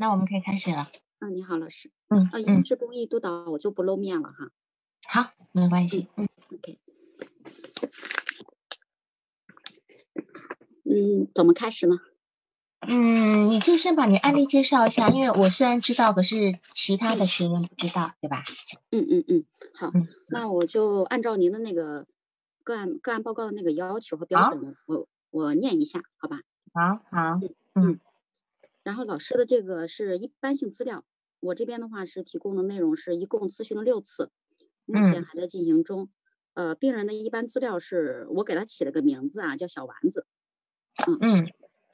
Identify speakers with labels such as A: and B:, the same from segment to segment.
A: 那我们可以开始了。
B: 嗯，你好，老师。
A: 嗯
B: 呃，
A: 嗯
B: 影，视公益督导我就不露面了哈。
A: 好，没关系。嗯
B: OK。嗯，怎么开始呢？
A: 嗯，你就先把你案例介绍一下，因为我虽然知道，可是其他的学员不知道，对吧？
B: 嗯嗯嗯，好，
A: 嗯
B: 那我就按照您的那个个案个案报告的那个要求和标
A: 好
B: 准，我我念一下，好吧？
A: 好好，
B: 然后老师的这个是一般性资料，我这边的话是提供的内容是一共咨询了六次，目前
A: 嗯
B: 还在进行中。呃，病人的一般资料是我给他起了个名字啊，叫小丸子。
A: 嗯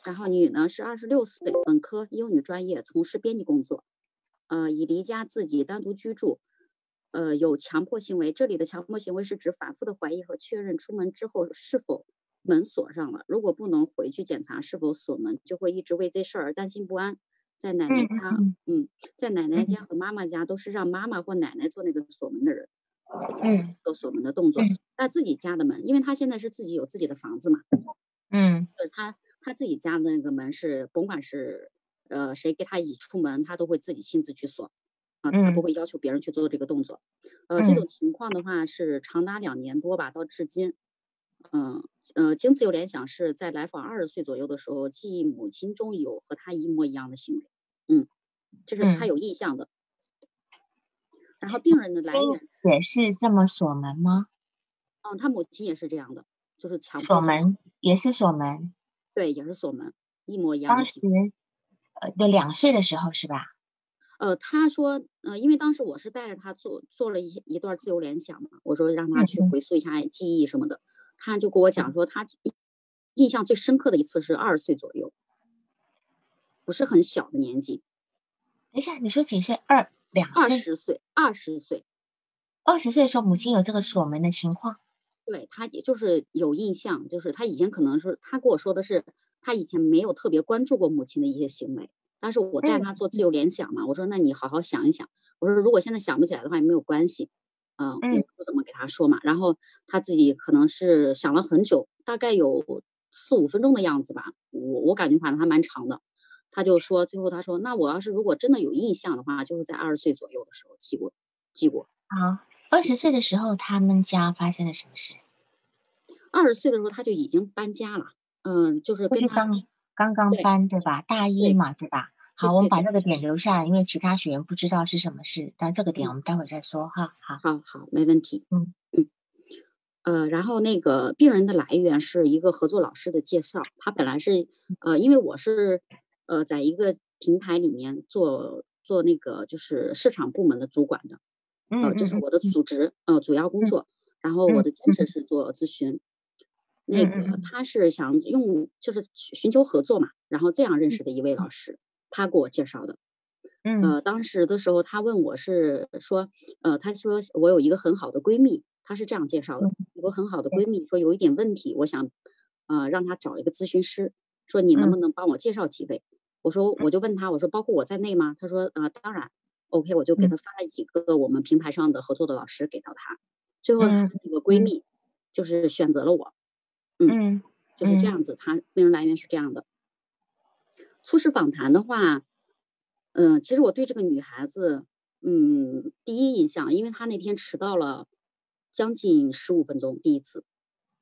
B: 然后女呢是二十六岁，本科英语专业，从事编辑工作，呃，已离家自己单独居住，呃，有强迫行为。这里的强迫行为是指反复的怀疑和确认出门之后是否门锁上了，如果不能回去检查是否锁门，就会一直为这事儿而担心不安。在奶奶
A: 嗯
B: 家，
A: 嗯
B: 嗯，在奶奶
A: 嗯
B: 家和妈妈家都是让妈妈或奶奶做那个锁门的人，
A: 嗯
B: 做锁门的动作
A: 嗯。
B: 那自己家的门，因为她现在是自己有自己的房子嘛，
A: 嗯
B: 就是他他自己家的那个门是，甭管是呃谁给他移出门，他都会自己亲自去锁，啊，他不
A: 嗯
B: 会要求别人去做这个动作。呃，这
A: 嗯
B: 种情况的话是长达两年多吧，到至今。嗯呃经自由联想是在来访二十岁左右的时候，继母亲中有和他一模一样的行为，嗯，这是他
A: 嗯
B: 有印象的。然后病人的来源，
A: 也是这么锁门吗？
B: 哦，他母亲也是这样的，就是强迫
A: 锁
B: 他，
A: 门也是锁门，
B: 对，也是锁门，一模一样
A: 当
B: 的行为
A: 时。呃，就两岁的时候是吧？
B: 呃，他说，呃，因为当时我是带着他做做了一一段自由联想嘛，我说让他去
A: 嗯嗯
B: 回溯一下记忆什么的，他就跟我讲说，他印印象最深刻的一次是二十岁左右，不是很小的年纪，
A: 等一下，你说几岁？二两
B: 二
A: 岁，
B: 十岁，二十岁，
A: 二十岁的时候，母亲有这个锁门的情况。
B: 对他也就是有印象，就是他以前可能是他跟我说的是，他以前没有特别关注过母亲的一些行为，但是我带
A: 嗯
B: 他做自由联想嘛，我说那你好好想一想，我说如果现在想不起来的话也没有关系，嗯、
A: 嗯
B: 我不怎么给他说嘛，然后他自己可能是想了很久，大概有四五分钟的样子吧，我我感觉反正还蛮长的，他就说最后他说那我要是如果真的有印象的话，就是在二十岁左右的时候记过记过。
A: 好，二十岁的时候，他们家发生了什么事？
B: 二十岁的时候他就已经搬家了，嗯，就是
A: 就
B: 跟
A: 是
B: 他
A: 刚刚刚
B: 对
A: 搬对吧？大一
B: 对
A: 嘛对吧？好，
B: 对
A: 我们
B: 对
A: 把
B: 对嗯
A: 这个点留下来，因为其他学员不知道是什么事，但这个点我们待会儿再说哈。好，
B: 好好，没问题。
A: 嗯
B: 嗯，呃，然后那个病人的来源是一个合作老师的介绍，他本来是
A: 嗯
B: 呃，因为我是呃，在一个平台里面做做那个就是市场部门的主管的，
A: 嗯
B: 呃，
A: 嗯
B: 这是
A: 嗯
B: 我的主职，呃，主要工
A: 嗯
B: 作。然后
A: 嗯
B: 我的兼职是做咨询。那
A: 嗯嗯
B: 个
A: 嗯
B: 他是想用就是寻寻求合作嘛，然后这样认
A: 嗯
B: 识的一位老师，他给我介绍的。
A: 嗯
B: 呃，当时的时候，他问我是说，呃，他说我有一个很好的闺蜜，他是这样介绍
A: 嗯
B: 的，有个很好的闺蜜说有一点问题，我想，呃，让她找一个咨询师，说你
A: 嗯
B: 能不能帮我介绍几位？我说我就问他，我说包括我在内吗？他说啊、呃当然，OK，我就给
A: 嗯
B: 他发了几个我们平台上的合作的老师给到他，最后她
A: 嗯
B: 的那个闺
A: 嗯
B: 蜜就是选择了我，
A: 嗯
B: 就是这
A: 嗯
B: 样子，它内容来源是这样的。促使访谈的话，嗯、其实我对这个女孩子，嗯，第一印象，因为她那天迟到了将近十五分钟，第一次，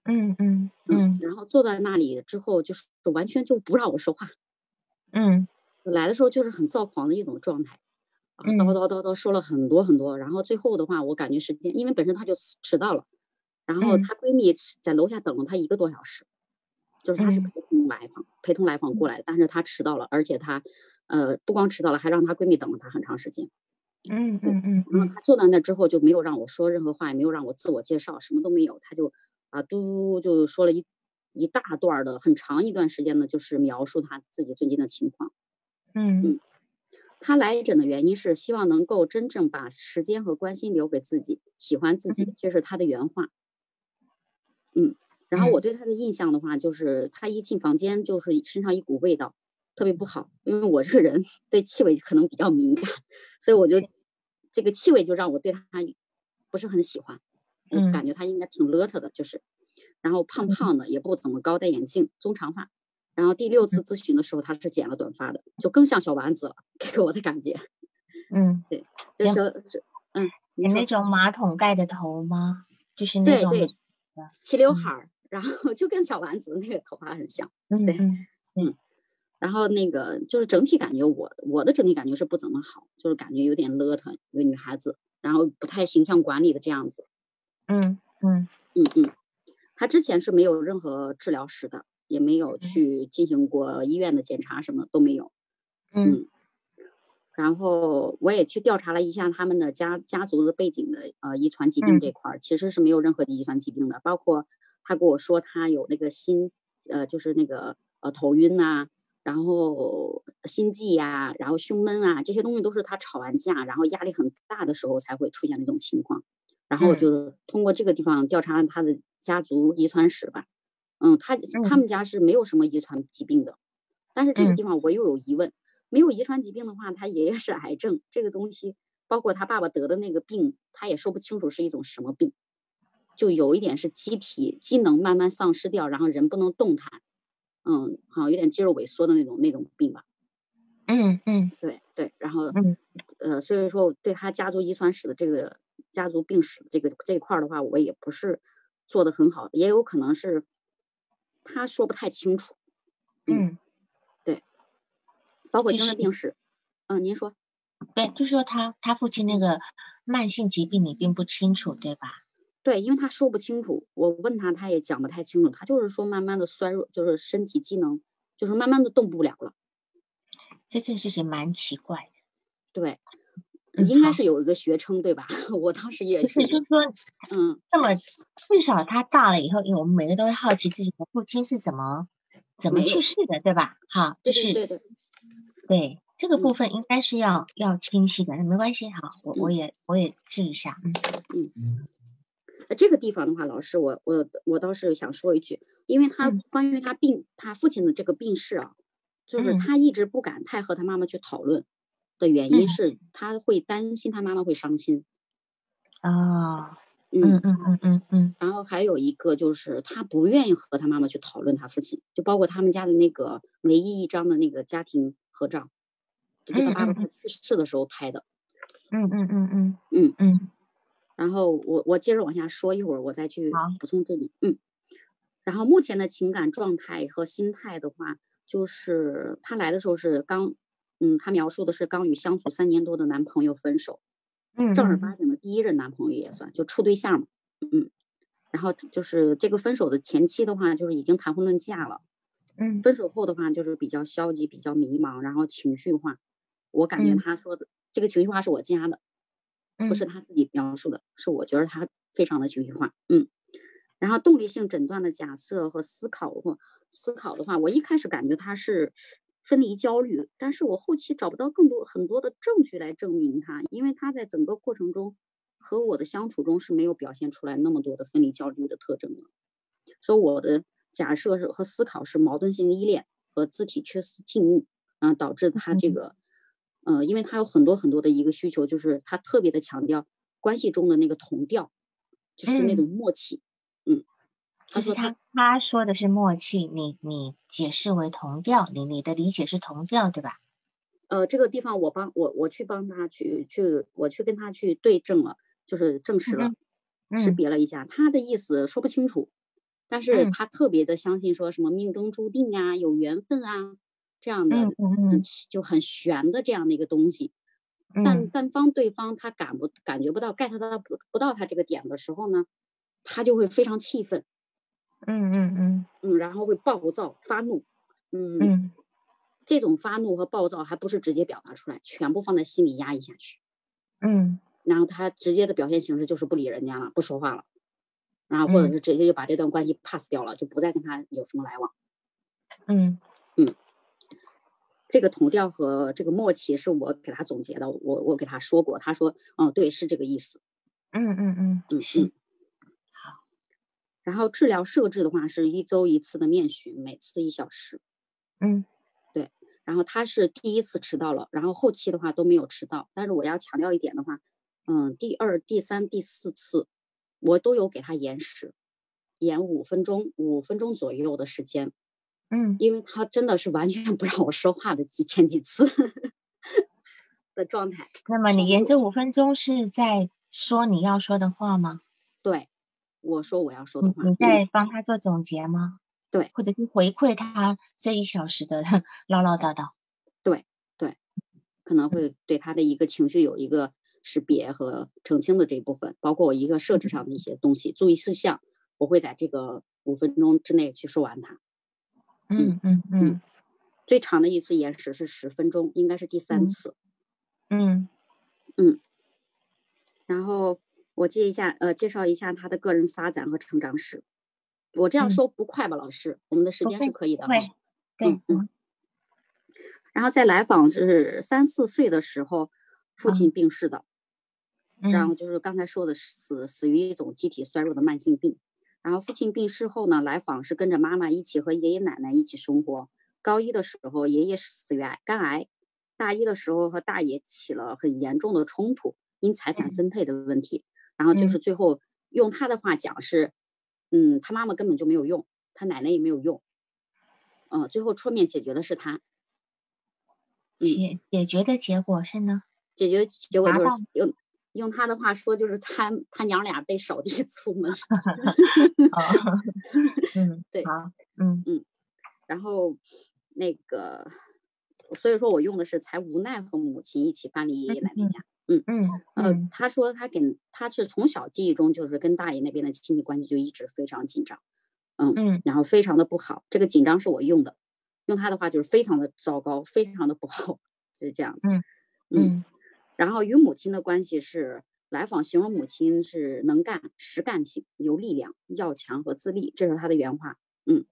A: 嗯嗯
B: 嗯，
A: 嗯
B: 然后坐在那里之后，就是完全就不让我说话，
A: 嗯
B: 来的时候就是很躁狂的一种状态，啊，叨
A: 嗯
B: 叨叨叨说了很多很多，然后最后的话，我感觉时间，因为本身她就迟迟到了，然后
A: 嗯
B: 她闺蜜在楼下等了她一个多小时，就是她是
A: 嗯
B: 陪同来访，陪同来访过来的，但是她迟到了，而且她，呃，不光迟到了，还让她闺蜜等了她很长时间。
A: 嗯嗯嗯
B: 然
A: 嗯
B: 后她坐在那之后就没有让我说任何话，也没有让我自我介绍，什么都没有，她就啊嘟就说了一一大段儿的很长一段时间呢，就是描述她自己最近的情况。
A: 嗯
B: 他来诊的原因是希望能够真正把时间和关心留给自己，喜欢自己，这是他的原话。嗯，然后我对他的印象的话，就是他一进房间就是身上一股味道，特别不好。因为我这个人对气味可能比较敏感，所以我就这个气味就让我对他不是很喜欢。我
A: 嗯
B: 感觉他应该挺邋遢的，就是，然后胖胖的，也不怎么高，戴眼镜，中长发。然后第六次咨询的时候，他是剪了短发的，就更像小丸子了，给我的感觉。
A: 嗯，
B: 就
A: 有
B: 是是嗯，你
A: 有
B: 说
A: 那种马桶盖的头吗？就是那
B: 对
A: 种，
B: 对齐刘
A: 嗯
B: 海儿，然后就跟小丸子那个头发很像。
A: 嗯
B: 对
A: 嗯
B: 然后那个就是整体感觉我，我的整体感觉是不怎么好，就是感觉有点邋遢，一个女孩子，然后不太形象管理的这样子。
A: 嗯嗯
B: 嗯嗯，她之前是没有任何治疗史的，也没有去进行过医院的检查，什么都没有。
A: 嗯
B: 嗯然后我也去调查了一下他们的家家族的背景的呃遗传疾病这块儿，其实是没有任何的遗传疾病的，包括他跟我说他有那个心呃就是那个呃头晕呐、然后呃心悸呀、然后胸闷啊这些东西都是他吵完架然后压力很大的时候才会出现那种情况。然后我
A: 嗯
B: 就通过这个地方调查了他的家族遗传史吧，嗯，他他们家是没有什么遗传疾病的，但是这个
A: 嗯
B: 地方我又有疑问。没有遗传疾病的话，他爷爷是癌症，这个东西包括他爸爸得的那个病，他也说不清楚是一种什么病，就有一点是机体机能慢慢丧失掉，然后人不能动弹，嗯，好像有点肌肉萎缩的那种那种病吧。
A: 嗯嗯
B: 对对，然后
A: 嗯
B: 呃，所以说我对他家族遗传史的这个家族病史这个这一块儿的话，我也不是做的很好，也有可能是他说不太清楚，
A: 嗯，
B: 包括
A: 就
B: 精
A: 是
B: 神病史。嗯，您说。
A: 对，就说他他父亲那个慢性疾病你并不清楚，对吧？
B: 对，因为他说不清楚，我问他，他也讲不太清楚。他就是说，慢慢的衰弱，就是身体机能，就是慢慢的动不了了。
A: 这件事情蛮奇怪的。
B: 对，
A: 嗯
B: 应该
A: 好
B: 是有一个学称，对吧？ 我当时也
A: 不是，
B: 觉
A: 就
B: 得
A: 是说
B: 嗯，
A: 那么至少他大了以后，因为我们每个都会好奇自己的父亲是怎么怎么
B: 没有
A: 去世的，对吧？好，就
B: 对
A: 是
B: 对对对，
A: 对这个部
B: 嗯
A: 分应该是要要清晰的，那没关系，好，我我
B: 嗯
A: 也我也记一下，嗯
B: 呃这个地方的话，老师，我我我倒是想说一句，因为他
A: 嗯
B: 关于他病，他父亲的这个病逝啊，就是
A: 嗯
B: 他一直不敢太和他妈妈去讨论的原因
A: 嗯
B: 是，他会担心他妈妈会伤心。
A: 啊，
B: 嗯
A: 嗯嗯嗯嗯嗯
B: 然后还有一个就是他不愿意和他妈妈去讨论他父亲，就包括他们家的那个唯一一张的那个家庭合照，就是他
A: 嗯
B: 爸爸
A: 嗯
B: 他去世的时候拍的。
A: 嗯嗯嗯嗯
B: 嗯
A: 嗯
B: 然后我我接着往下说一会儿，我再去
A: 好
B: 补充这里。嗯，然后目前的情感状态和心态的话，就是他来的时候是刚，嗯，他描述的是刚与相处三年多的男朋友分手，
A: 嗯，
B: 正儿
A: 嗯
B: 八经的第一任男朋友也算，就处对象嘛，嗯，然后就是这个分手的前期的话，就是已经谈婚论嫁了。
A: 嗯
B: 分手后的话，就是比较消极，比较迷茫，然后情绪化。我感觉
A: 嗯
B: 他说的、这个情绪化是我加的，不是
A: 嗯
B: 他自己描述的，是我觉得他非常的情绪化。嗯，然后动力性诊断的假设和思考或思考的话，我一开始感觉他是分离焦虑，但是我后期找不到更多很多的证据来证明他，因为他在整个过程中和我的相处中是没有表现出来那么多的分离焦虑的特征的。所以我的假设是和思考是矛盾性依恋和肢体缺失禁欲，嗯、导致他这
A: 嗯
B: 个，呃，因为他有很多很多的一个需求，就是他特别的强调关系中的那个同调，就是那
A: 嗯
B: 种默契。
A: 就
B: 他
A: 是
B: 说他
A: 他他说的是默契，你你解释为同调，你你的理解是同调，对吧？
B: 呃，这个地方我帮我我去帮他去去我去跟他去对证了，就是证实了，识
A: 嗯
B: 别了一下他的意思说不清楚，但是
A: 嗯
B: 他特别的相信说什么命中注定啊，有缘分啊这样的
A: 嗯
B: 很
A: 嗯
B: 奇就很玄的这样的一个东西。但
A: 嗯
B: 但方对方他感不感觉不到 get 到不不到他这个点的时候呢，他就会非常气愤，
A: 嗯嗯嗯
B: 嗯，然后会暴躁发怒，嗯，
A: 嗯
B: 这种发怒和暴躁还不是直接表达出来，全部放在心里压抑下去。
A: 嗯
B: 然后他直接的表现形式就是不理人家了，不说话了，然后或者
A: 嗯
B: 是直接就把这段关系 pass 掉了，就不再跟他有什么来往。
A: 嗯
B: 这个同调和这个默契是我给他总结的，我我给他说过，他说，嗯，对，是这个意思，
A: 嗯嗯嗯，
B: 嗯
A: 是
B: 嗯。然后治疗设置的话是一周一次的面询，每次一小时。
A: 嗯
B: 然后他是第一次迟到了，然后后期的话都没有迟到。但是我要强调一点的话，嗯，第二、第三、第四次我都有给他延时，延五分钟，五分钟左右的时间。
A: 嗯
B: 因为他真的是完全不让我说话的几前几次 的状态。
A: 那么你研究五分钟是在说你要说的话吗？
B: 对，我说我要说
A: 你
B: 的话，
A: 你在帮他做总结吗？
B: 嗯对，
A: 或者是回馈他这一小时的 唠唠叨叨。
B: 可能会对他的一个情绪有一个识别和澄清的这一部分，包括我一个
A: 嗯
B: 设置上的一些东西、注意事项，我会在这个五分钟之内去说完它。
A: 嗯嗯嗯
B: 最长的一次延时是十分钟，应该是第三
A: 嗯
B: 次。
A: 嗯
B: 然后我介一下，呃，介绍一下他的个人发展和成长史。我这
A: 嗯
B: 样
A: 哦
B: 说不快吧，老师？我们的时
A: 不
B: 间
A: 会
B: 是可以的啊。
A: 会对
B: 嗯，嗯然后在来访是三四岁的时候，
A: 啊
B: 父亲病逝的，然
A: 嗯
B: 后就是刚才说的死死于一种机体衰弱的慢性病。然后父亲病逝后呢，来访是跟着妈妈一起和爷爷奶奶一起生活。高一的时候，爷爷死于癌肝癌，大一的时候和大爷起了很严重的冲突，因财产
A: 嗯
B: 分配的问题。然后就是最后用他的话讲是，嗯，他妈妈根本就没有用，他奶奶也没有用，嗯、最后出面解决的是他，
A: 解解决的结果是 呢？
B: 解决结果
A: 麻
B: 就是
A: 烦
B: 用用他的话说，就是他他娘俩被扫地 出门。
A: 哦嗯
B: 对
A: 好嗯
B: 然后那个，所以说我用的是才无奈和母亲一起搬离爷爷奶奶家。
A: 嗯
B: 呃
A: 嗯，
B: 他说他给他是从小记忆中就是跟大爷那边的亲戚关系就一直非常紧张，
A: 嗯
B: 然后非常的不好。这个紧张是我用的，用他的话就是非常的糟糕，非常的不好，就是这样子。
A: 嗯嗯
B: 然后与母亲的关系是，来访形容母亲是能干、实干性、有力量、要强和自立，这是他的原话。
A: 嗯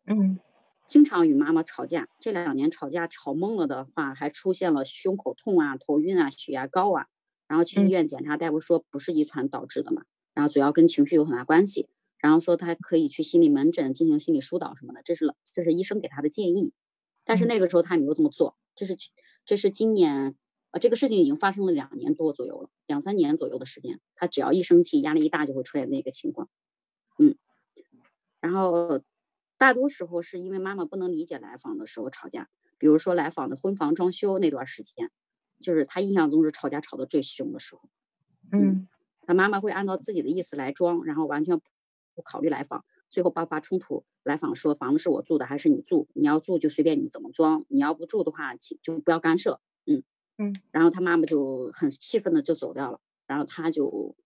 B: 经常与妈妈吵架，这两年吵架吵懵了的话，还出现了胸口痛啊、头晕啊、血压高啊，然后去
A: 嗯
B: 医院检查，大夫说不是遗传导致的嘛，然后主要跟情绪有很大关系，然后说他可以去心理门诊进行心理疏导什么的，这是这是医生给他的建议，但是
A: 嗯
B: 那个时候他也没有这么做，这是去这是今年呃这个事情已经发生了两年多左右了，两三年左右的时间，他只要一生气、压力一大就会出现那个情况。然后大多时候是因为妈妈不能理解来访的时候吵架，比如说来访的婚房装修那段时间，就是他印象中是吵架吵得最凶的时候，
A: 嗯
B: 他妈妈会按照自己的意思来装，然后完全不考虑来访，最后爆发冲突。来访说房子是我住的还是你住？你要住就随便你怎么装，你要不住的话请就不要干涉。嗯
A: 嗯，
B: 然后他妈妈就很气愤的就走掉了，然后他就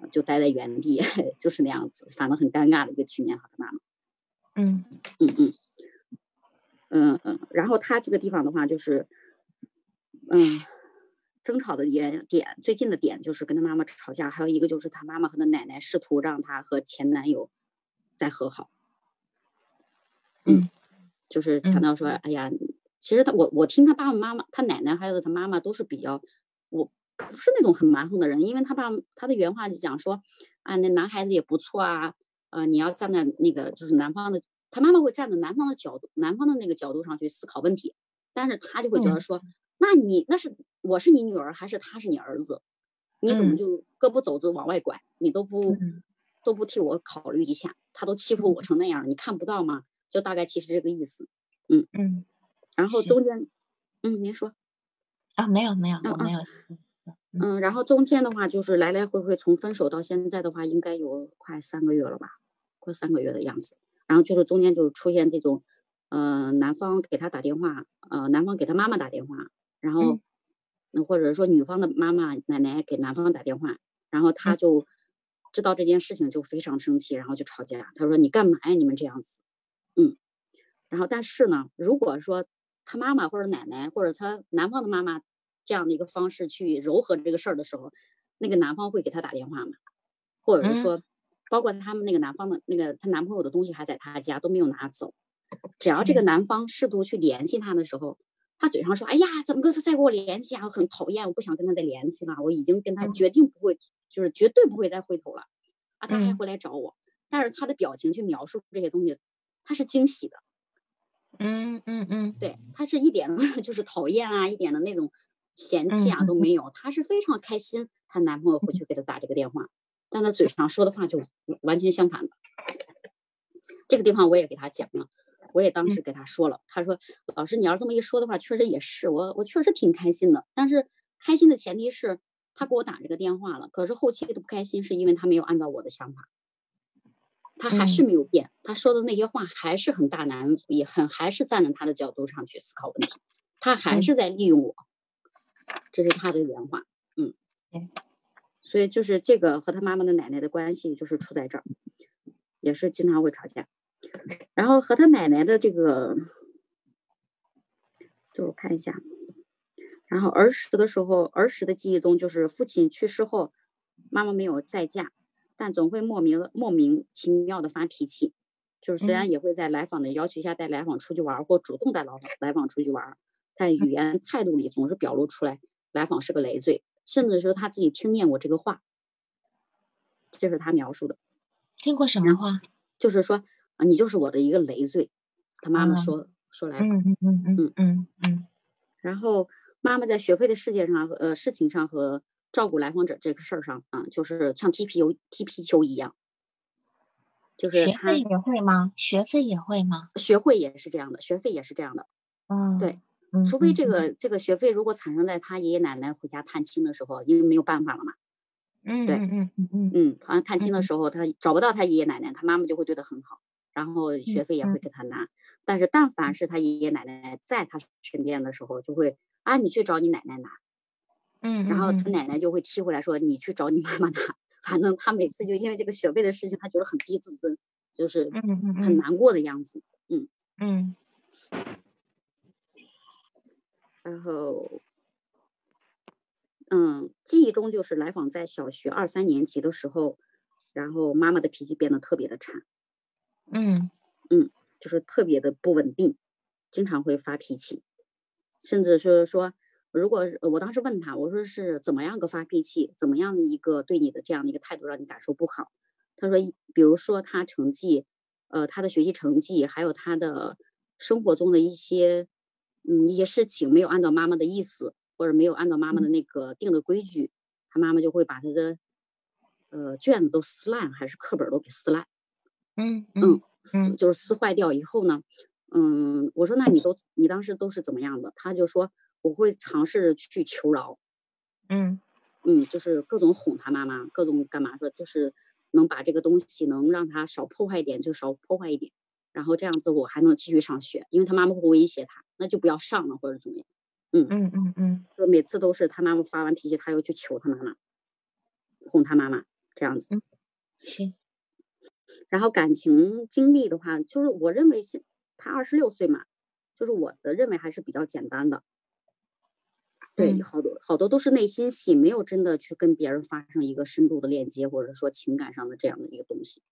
B: 呃就待在原地， 就是那样子，反正很尴尬的一个局面哈，他妈妈。
A: 嗯
B: 嗯嗯，嗯嗯，然后他这个地方的话就是，嗯，争吵的原点最近的点就是跟他妈妈吵架，还有一个就是他妈妈和他奶奶试图让他和前男友再和好。
A: 嗯，
B: 就是
A: 嗯
B: 强调说，哎呀，其实他我我听他爸爸妈妈、他奶奶还有他妈妈都是比较，我不是那种很蛮横的人，因为他爸他的原话就讲说，啊，那男孩子也不错啊，呃，你要站在那个就是男方的，他妈妈会站在男方的角度，男方的那个角度上去思考问题，但是他就会觉
A: 嗯
B: 得说，那你那是我是你女儿还是他是你儿子？你怎么
A: 嗯
B: 就胳膊肘子往外拐？你都不、
A: 嗯
B: 都不替我考虑一下？他都欺负我成那样，你看不到吗？就大概其实这个意思。
A: 嗯
B: 然后
A: 是
B: 中间，嗯，您说，
A: 啊没有没有
B: 嗯
A: 我没
B: 嗯
A: 有嗯
B: 嗯，然后中间的话就是来来回回从分手到现在的话，应该有快三个月了吧，快三个月的样子。然后就是中间就是出现这种，呃，男方给他打电话，呃，男方给他妈妈打电话，然后
A: 嗯，
B: 嗯或者说女方的妈妈奶奶给男方打电话，然后
A: 嗯
B: 他就知道这件事情就非常生气，然后就吵架。他说：“你干嘛呀？你们这样子。”嗯，然后但是呢，如果说他妈妈或者奶奶或者他男方的妈妈这样的一个方式去柔和这个事儿的时候，那个男方会给他打电话吗？或者
A: 嗯
B: 是说，包括他们那个男方的那个她男朋友的东西还在她家都没有拿走，只要这
A: 嗯
B: 个男方试图去联系她的时候，她嘴上说：“哎呀，怎么跟他再给我联系啊？我很讨厌，我不想跟他再联系了，我已经跟他
A: 嗯
B: 决定不会，就是绝对不会再回头了。”啊，他还
A: 嗯
B: 会来找我，但是他的表情去描述这些东西，他是惊喜的。
A: 嗯嗯嗯
B: 对他是一点 就是讨厌啊，一点的那种嫌弃
A: 嗯
B: 啊都没有，她是非常开心，她男朋友回去给她打这个电话，但她嘴上说的话就完全相反的。这个地方我也给她讲了，我也当时给他说了，他说老师你要这么一说的话，确实也是，我我确实挺开心的，但是开心的前提是他给我打这个电话了，可是后期的不开心是因为他没有按照我的想法，他还是没有变，他说的那些话还是很大男子主义，很还是站在他的角度上去思考问题，他还是在利用我，这是他的原话，嗯
A: 嗯，
B: 所以就是这个和他妈妈的奶奶的关系就是出在这儿，也是经常会吵架。然后和他奶奶的这个，就我看一下，然后儿时的时候，儿时的记忆中就是父亲去世后，妈妈没有再嫁，但总会莫名莫名其妙的发脾气，就是虽然也会在来访的要求下带来访出去玩儿，或主动带来访来访出去玩儿，但语言态度里总是表露出来来访是个累赘，甚至说他自己听见我这个话，这是他描述的。
A: 听过什么话？
B: 就是说啊你就是我的一个累赘。他妈妈
A: 啊
B: 说、说来，
A: 嗯嗯嗯嗯嗯嗯
B: 然后妈妈在学费的世界上和呃事情上和照顾来访者这个事儿上啊，就是像踢皮球踢皮球一样，
A: 嗯，
B: 就是
A: 学
B: 他
A: 费也会吗？学费也会吗？
B: 学会也是这样的，学费也是这样的。
A: 嗯，
B: 对
A: 嗯，
B: 除非
A: 嗯
B: 这，个这个学费如果产生在他爷爷奶奶回家探亲的时候，因为没有办法了嘛，
A: 嗯
B: 对
A: 嗯嗯嗯嗯嗯，
B: 嗯，好像探亲的
A: 嗯
B: 时候，他找不到他爷爷奶奶，他妈妈就会对他很好，然后学费也
A: 嗯
B: 会给他拿。但是但凡是他爷爷奶奶在他身边的时候，就会啊，你去找你奶奶拿，
A: 嗯，
B: 然后
A: 嗯
B: 他奶奶就会踢回来说，你去找你妈妈拿。反正他每次就因为这个学费的事情，他觉得很低自尊，就是
A: 嗯嗯嗯
B: 很难过的样子。
A: 嗯
B: 然后，嗯，记忆中就是来访在小学二三年级的时候，然后妈妈的脾气变得特别的差。
A: 嗯
B: 就是特别的不稳定，经常会发脾气，甚至是说，如果是呃我当时问他，我说是怎么样个发脾气，怎么样的一个对你的这样的一个态度让你感受不好？他说一，比如说他成绩，呃，他的学习成绩，还有他的生活中的一些，嗯，一些事情没有按照妈妈的意思，或者没有按照妈妈的那个定的规矩，他妈妈就会把他的，呃，卷子都撕烂，还是课本儿都给撕烂。
A: 嗯
B: 嗯
A: 嗯，
B: 撕
A: 嗯
B: 就是撕坏掉以后呢，嗯，我说那你都你当时都是怎么样的？他就说我会尝试去求饶，
A: 嗯
B: 嗯，就是各种哄他妈妈，各种干嘛说，就是能把这个东西能让他少破坏一点就少破坏一点，然后这样子我还能继续上学，因为他妈妈会威胁他，那就不要上了或者怎么样。
A: 嗯嗯嗯
B: 就每次都是他妈妈发完脾气，他又去求他妈妈，哄他妈妈这样子。
A: 是，
B: 然后感情经历的话，就是我认为现他二十六岁嘛，就是我的认为还是比较简单的。对，
A: 嗯
B: 好多好多都是内心戏，没有真的去跟别人发生一个深度的链接，或者说情感上的这样的一个东西。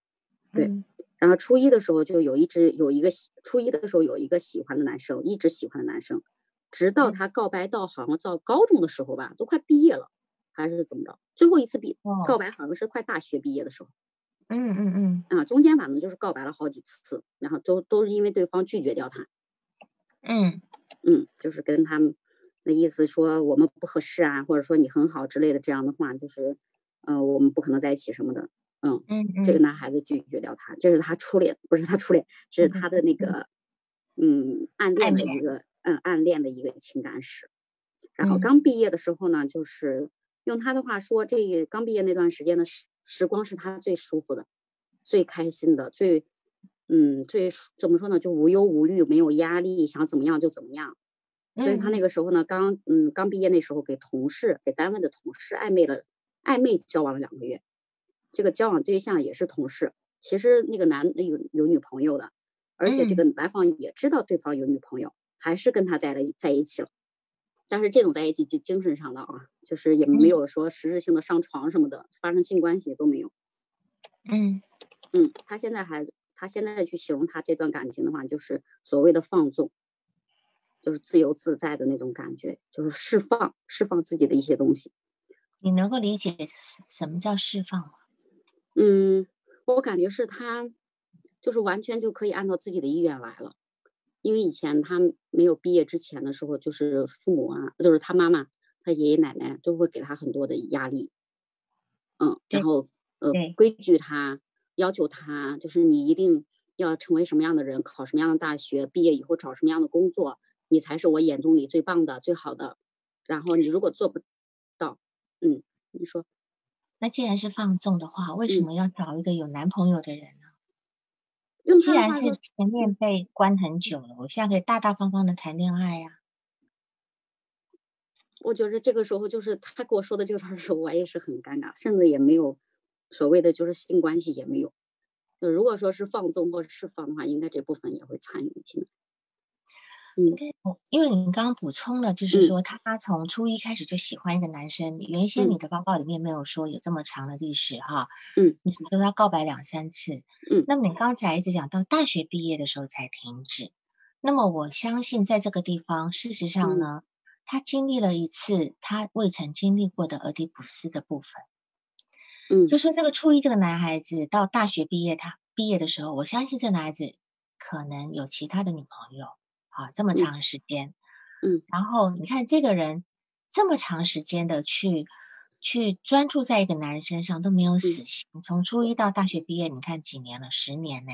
B: 对
A: 嗯
B: 然后初一的时候就有一直有一个喜初一的时候有一个喜欢的男生，一直喜欢的男生，直到
A: 嗯
B: 他告白到好像到高中的时候吧，都快毕业了，还是怎么着？最后一次毕
A: 哦
B: 告白好像是快大学毕业的时候。
A: 嗯嗯嗯
B: 啊，中间反正就是告白了好几次，然后都都是因为对方拒绝掉他，
A: 嗯
B: 嗯，就是跟他们那意思说我们不合适啊，或者说你很好之类的这样的话，就是，呃，我们不可能在一起什么的，嗯，
A: 嗯
B: 这个
A: 嗯，
B: 男孩子拒绝掉他，这是他初恋，不是他初恋，这是他的
A: 嗯
B: 那个，嗯，暗恋
A: 暗
B: 的一
A: 恋
B: 个，嗯，暗恋的一个情感史。然后
A: 嗯
B: 刚毕业的时候呢，就是用他的话说，这个刚毕业那段时间的时时光是他最舒服的、最开心的、最，嗯，最舒怎么说呢，就无忧无虑，没有压力，想怎么样就怎么样。
A: 嗯
B: 所以他那个时候呢，刚嗯刚毕业那时候，给同事给单位的同事暧昧了，暧昧交往了两个月，这个交往对象也是同事，其实那个男的有有女朋友的，而且这
A: 嗯
B: 个来访也知道对方有女朋友，还是跟他在了一在一起了。但是这种在一起就精神上的啊，就是也没
A: 嗯
B: 有说实质性的上床什么的，发生性关系都没有。
A: 嗯
B: 嗯，他现在还，他现在去形容他这段感情的话，就是所谓的放纵，就是自由自在的那种感觉，就是释放释放自己的一些东西。
A: 你能够理解什么叫释放吗？
B: 嗯，我感觉是他，就是完全就可以按照自己的意愿来了。因为以前他没有毕业之前的时候，就是父母啊，就是他妈妈、他爷爷奶奶都会给他很多的压力，嗯，
A: 对
B: 然后呃
A: 对
B: 规矩他，要求他，就是你一定要成为什么样的人，考什么样的大学，毕业以后找什么样的工作，你才是我眼中里最棒的、最好的。然后你如果做不到，嗯，你说，
A: 那既然是放纵的话，为什
B: 嗯
A: 么要找一个有男朋友的人呢？
B: 用
A: 既
B: 他的
A: 然
B: 话
A: 是
B: 说，
A: 前面被关很久了，我现在可以大大方方的谈恋爱啊呀、
B: 我觉得这个时候就是他跟我说的这个事儿的时候，我也是很尴尬，甚至也没有所谓的就是性关系也没有。就如果说是放纵或释放的话，应该这部分也会参与进来。嗯，
A: 哦因为你刚刚补充了，就是
B: 嗯
A: 说她从初一开始就喜欢一个男生，原先
B: 嗯
A: 你的报告里面没有说有这么长的历史哈，
B: 嗯，
A: 你只说她告白两三次，
B: 嗯
A: 那么你刚才一直讲到大学毕业的时候才停止，那么我相信在这个地方，事实上
B: 嗯
A: 呢，她经历了一次她未曾经历过的俄狄浦斯的部分。
B: 嗯
A: 就说这个初一这个男孩子到大学毕业他，毕业的时候，我相信这男孩子可能有其他的女朋友啊，这么
B: 嗯
A: 长时间，
B: 嗯，
A: 然后你看这个人这么长时间的去去专注在一个男人身上都没
B: 嗯
A: 有死心，从初一到大学毕业，你看几年了，十年呢、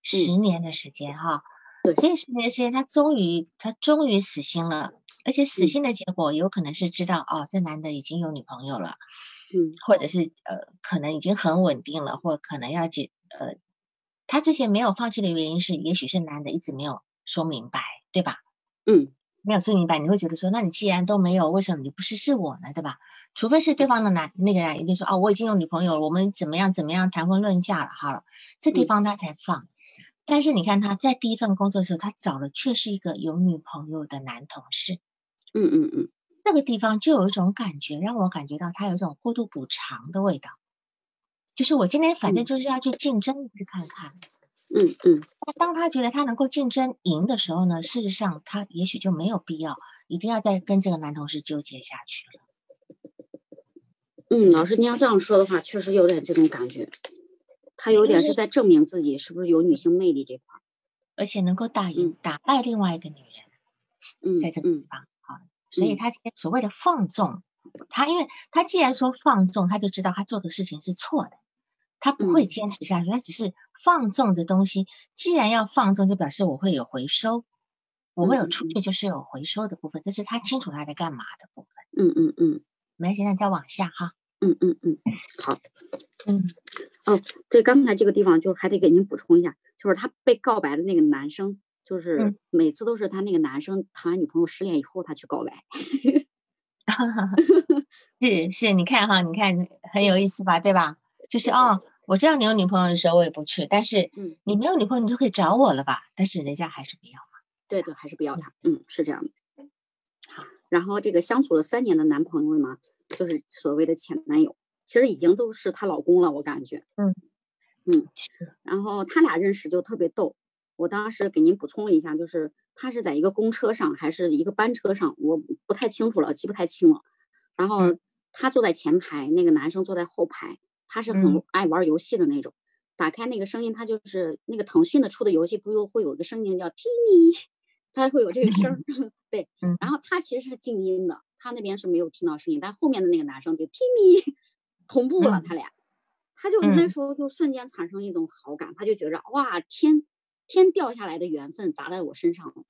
A: 十年的时间哈、
B: 嗯对
A: 所以十年时间他终于他终于死心了，而且死
B: 嗯
A: 心的结果有可能是知道、哦，这男的已经有女朋友了。
B: 嗯
A: 或者是呃，可能已经很稳定了，或可能要解呃，他之前没有放弃的原因是，也许是男的一直没有说明白，对吧？
B: 嗯
A: 没有说明白，你会觉得说，那你既然都没有，为什么你不试试我呢？对吧？除非是对方的男那个男一定说，哦，我已经有女朋友了，我们怎么样怎么样谈婚论嫁了，好了，这地
B: 嗯
A: 方他才放。但是你看他在第一份工作的时候，他找的却是一个有女朋友的男同事，
B: 嗯嗯嗯，
A: 那个地方就有一种感觉，让我感觉到他有一种过度补偿的味道。就是我今天反正
B: 嗯
A: 就是要去竞争一次看看。
B: 嗯嗯
A: 那当他觉得他能够竞争赢的时候呢，事实上他也许就没有必要一定要再跟这个男同事纠结下去了。
B: 嗯，老师，您要这样说的话，确实有点这种感觉。他有
A: 因
B: 点
A: 为
B: 是在证明自己是不是有女性魅力这块儿。
A: 而且能够打赢、
B: 嗯
A: 打败另外一个女人，
B: 嗯
A: 在这个地
B: 嗯
A: 方啊，所以
B: 嗯
A: 他今天所谓的放纵，他因为他既然说放纵，他就知道他做的事情是错的，他不会
B: 嗯
A: 坚持下去，他只是放纵的东西，既然要放纵，就表示我会有回收，我会有
B: 嗯
A: 出
B: 嗯
A: 去，就是有回收的部分，这是他清楚他在干嘛的部分。
B: 嗯嗯嗯
A: 没，现在再往下哈，
B: 嗯嗯嗯，好。哦
A: 嗯，
B: 对，刚才这个地方就是还得给您补充一下，就是他被告白的那个男生，就是
A: 嗯
B: 每次都是他那个男生谈完女朋友失恋以后，他去告白。
A: 是是，你看哈，你看很有意思吧，对吧？就是哦，我知道你有女朋友的时候我也不去，但是
B: 嗯，
A: 你没有女朋友你就可以找我了吧？但是人家还是不要。
B: 对对，还是不要他。嗯，是这样的。然后这个相处了三年的男朋友呢，就是所谓的前男友，其实已经都是她老公了，我感觉。
A: 嗯
B: 嗯，
A: 是
B: 然后他俩认识就特别逗。我当时给您补充了一下，就是他是在一个公车上还是一个班车上，我不太清楚了，记不太清了。然后
A: 嗯
B: 他坐在前排，那个男生坐在后排。他是很
A: 嗯
B: 爱玩游戏的那种，打开那个声音，他就是那个腾讯的出的游戏，不就会有一个声音叫“踢咪”，他会有这个声儿。对，
A: 嗯
B: 然后他其实是静音的，他那边是没有听到声音，但后面的那个男生就“踢咪” 同步了，
A: 嗯
B: 他俩。他就
A: 嗯
B: 那时候就瞬间产生一种好感，他就觉着哇，天天掉下来的缘分砸在我身上了，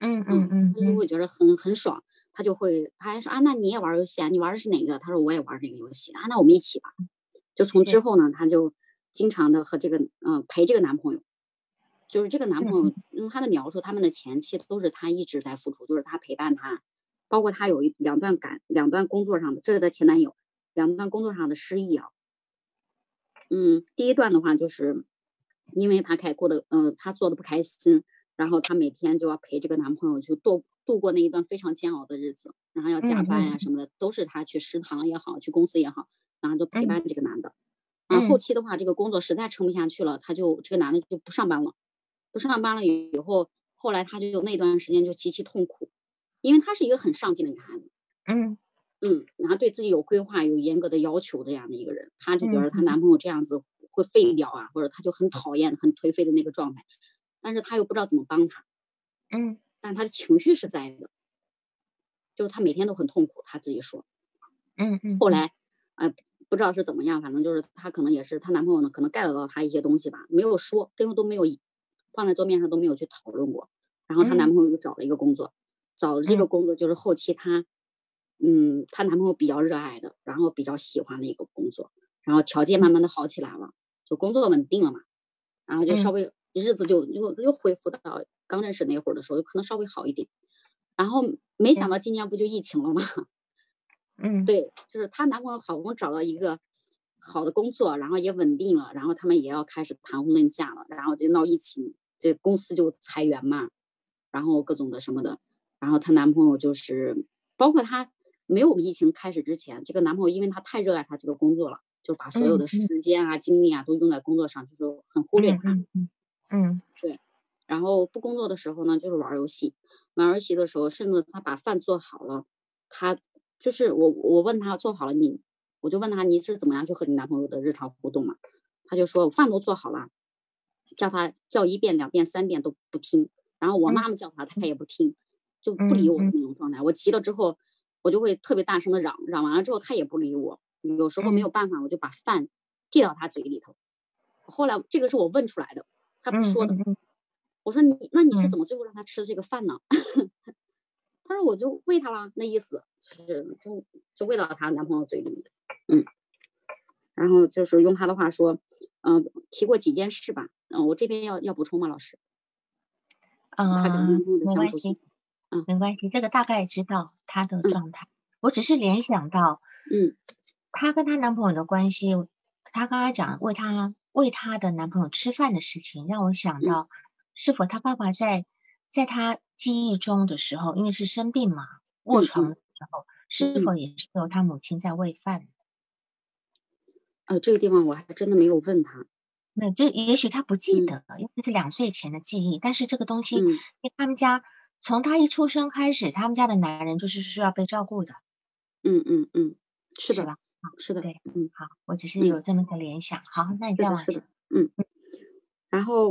A: 嗯
B: 嗯
A: 嗯嗯
B: 他就
A: 嗯
B: 会觉得很很爽，他就会他还说啊，那你也玩儿游戏啊？你玩的是哪个？他说我也玩儿这个游戏啊，那我们一起吧。就从
A: 是
B: 之后呢，她就经常的和这个嗯、呃陪这个男朋友，就是这个男
A: 嗯
B: 朋友，用她的描述，他们的前妻都是她一直在付出，就是她陪伴他，包括她有一两段感两段工作上的，这是她前男友两段工作上的失意啊，嗯，第一段的话就是，因为她开过的，嗯、呃，她做的不开心，然后她每天就要陪这个男朋友去度度过那一段非常煎熬的日子，然后要加
A: 嗯
B: 班
A: 嗯
B: 呀、什么的，都是她去食堂也好，去公司也好，然后就陪
A: 嗯
B: 伴这个男的。然后
A: 嗯
B: 后期的话，这个工作实在撑不下去了，她就这个男的就不上班了，不上班了以后，后来她就那段时间就极其痛苦，因为她是一个很上进的女孩子。
A: 嗯
B: 嗯，然后对自己有规划、有严格的要求的这样的一个人，她就觉
A: 嗯
B: 得她男朋友这样子会废掉啊，或者她就很讨厌、很颓废的那个状态，但是她又不知道怎么帮他，
A: 嗯
B: 但她的情绪是在的，就是她每天都很痛苦，她自己说。
A: 嗯嗯，
B: 后来，呃，不知道是怎么样，反正就是她可能也是她男朋友呢，可能 get 到她一些东西吧，没有说，因为都没有放在桌面上都没有去讨论过。然后她男朋友就找了一个工作，找了这个工作就是后期她，嗯，她男朋友比较热爱的，然后比较喜欢的一个工作，然后条件慢慢的好起来了，就工作稳定了嘛，然后就稍微日子就又又恢复到刚认识那会儿的时候，可能稍微好一点。然后没想到今年不就疫情了吗？
A: 嗯，
B: 对，就是她男朋友好不容易找到一个好的工作，然后也稳定了，然后他们也要开始谈婚论嫁了，然后就闹疫情，这公司就裁员嘛，然后各种的什么的，然后她男朋友就是包括她没有疫情开始之前，这个男朋友因为他太热爱他这个工作了，就把所有的时间啊、精力啊都用在工作上，就是很忽略他。
A: 嗯嗯嗯嗯，
B: 对，然后不工作的时候呢，就是玩游戏，玩游戏的时候，甚至他把饭做好了，他。就是我，我问他做好了你，我就问他你是怎么样去和你男朋友的日常互动嘛？他就说我饭都做好了，叫他叫一遍、两遍、三遍都不听，然后我妈妈叫他他也不听，就不理我的那种状态。我急了之后，我就会特别大声的嚷，嚷完了之后他也不理我，有时候没有办法我就把饭递到他嘴里头。后来这个是我问出来的，他
A: 嗯
B: 不说的。我说你那你是怎么最后让他吃这个饭呢？ 他说我就喂他了，那意思就是就就喂到她男朋友嘴里，嗯，然后就是用她的话说，嗯、呃，提过几件事吧，嗯、呃，我这边要要补充吗，老师？
A: 啊、
B: 她跟男朋友
A: 没
B: 的相
A: 关
B: 处
A: 系
B: 信息，嗯
A: 没关系，这个大概知道她的状态。我只是联想到
B: 嗯
A: 她跟她男朋友的关系，她刚刚讲为她为她的男朋友吃饭的事情，让我
B: 嗯
A: 想到是否她爸爸在在她记忆中的时候，因为是生病嘛，卧
B: 嗯
A: 床
B: 嗯
A: 的时候，是否也是由她母亲在喂饭？
B: 呃，这个地方我还真的没有问他，
A: 那这也许她不记
B: 嗯
A: 得，因为这是两岁前的记忆，但是这个东西
B: 嗯
A: 因为他们家从他一出生开始，他们家的男人就是需要被照顾的，
B: 嗯嗯嗯，是
A: 是
B: 的
A: 吧？，
B: 是的，
A: 对
B: 嗯，
A: 好，我只是
B: 嗯
A: 有这么个联想。好，那你
B: 是
A: 再
B: 的，
A: 往
B: 是的
A: 下，，
B: 嗯，然后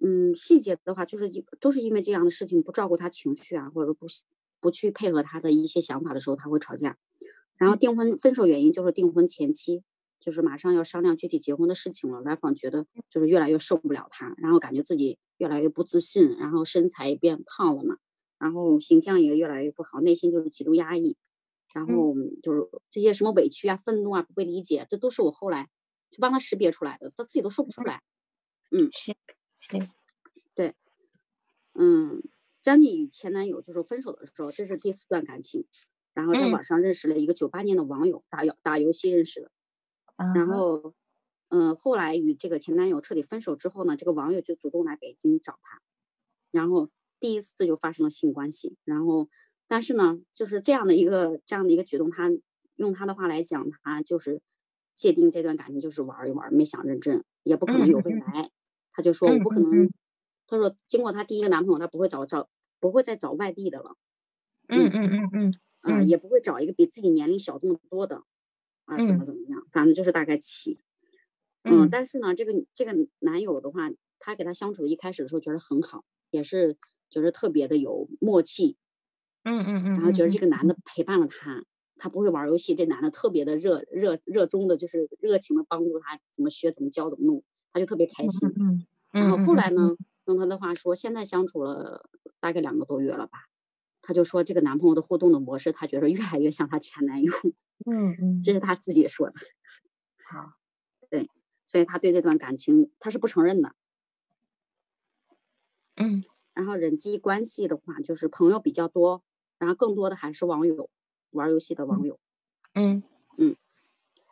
B: 嗯，细节的话就是一都是因为这样的事情不照顾他情绪啊，或者不喜不去配合他的一些想法的时候，他会吵架。然后订婚分手原因就是订婚前期就是马上要商量具体结婚的事情了，来访觉得就是越来越受不了他，然后感觉自己越来越不自信，然后身材也变胖了嘛，然后形象也越来越不好，内心就是极度压抑，然
A: 嗯
B: 后就是这些什么委屈啊、愤怒啊、不被理解，这都是我后来去帮他识别出来的，他自己都说不出来。
A: 是是，
B: 嗯，将近与前男友就是分手的时候，这是第四段感情，然后在
A: 嗯
B: 网上认识了一个九八年的网友，打游打游戏认识的，
A: 嗯
B: 然
A: 哼，
B: 后，嗯，后来与这个前男友彻底分手之后呢，这个网友就主动来北京找他，然后第一次就发生了性关系，然后，但是呢，就是这样的一个这样的一个举动，他用他的话来讲，他就是界定这段感情就是玩一玩，没想认真，也不可能有未
A: 嗯
B: 来。他就说
A: 嗯
B: 我不可
A: 嗯
B: 能，他说经过他第一个男朋友，他不会找找不会再找外地的了。
A: 嗯嗯嗯嗯
B: 啊，
A: 嗯
B: 也不会找一个比自己年龄小这么多的，啊，怎
A: 嗯
B: 么怎么样，反正就是大概七。
A: 嗯
B: 但是呢，这个这个男友的话，他给他相处一开始的时候觉得很好，也是觉得特别的有默契，
A: 嗯嗯
B: 然
A: 嗯，
B: 后觉得
A: 嗯
B: 这个男的陪伴了他，他不会玩游戏，这男的特别的热热热衷的，就是热情的帮助他怎么学、怎么教、怎么弄，他就特别开心。
A: 嗯
B: 然
A: 嗯
B: 后
A: 嗯
B: 后
A: 嗯
B: 来呢，用他的话说，现在相处了大概两个多月了吧，他就说这个男朋友的互动的模式，他觉得越来越像他前男友，
A: 嗯嗯
B: 这是他自己说的，
A: 好，
B: 所以他对这段感情他是不承认的。
A: 嗯
B: 然后人际关系的话，就是朋友比较多，然后更多的还是网友，玩游戏的网友。
A: 嗯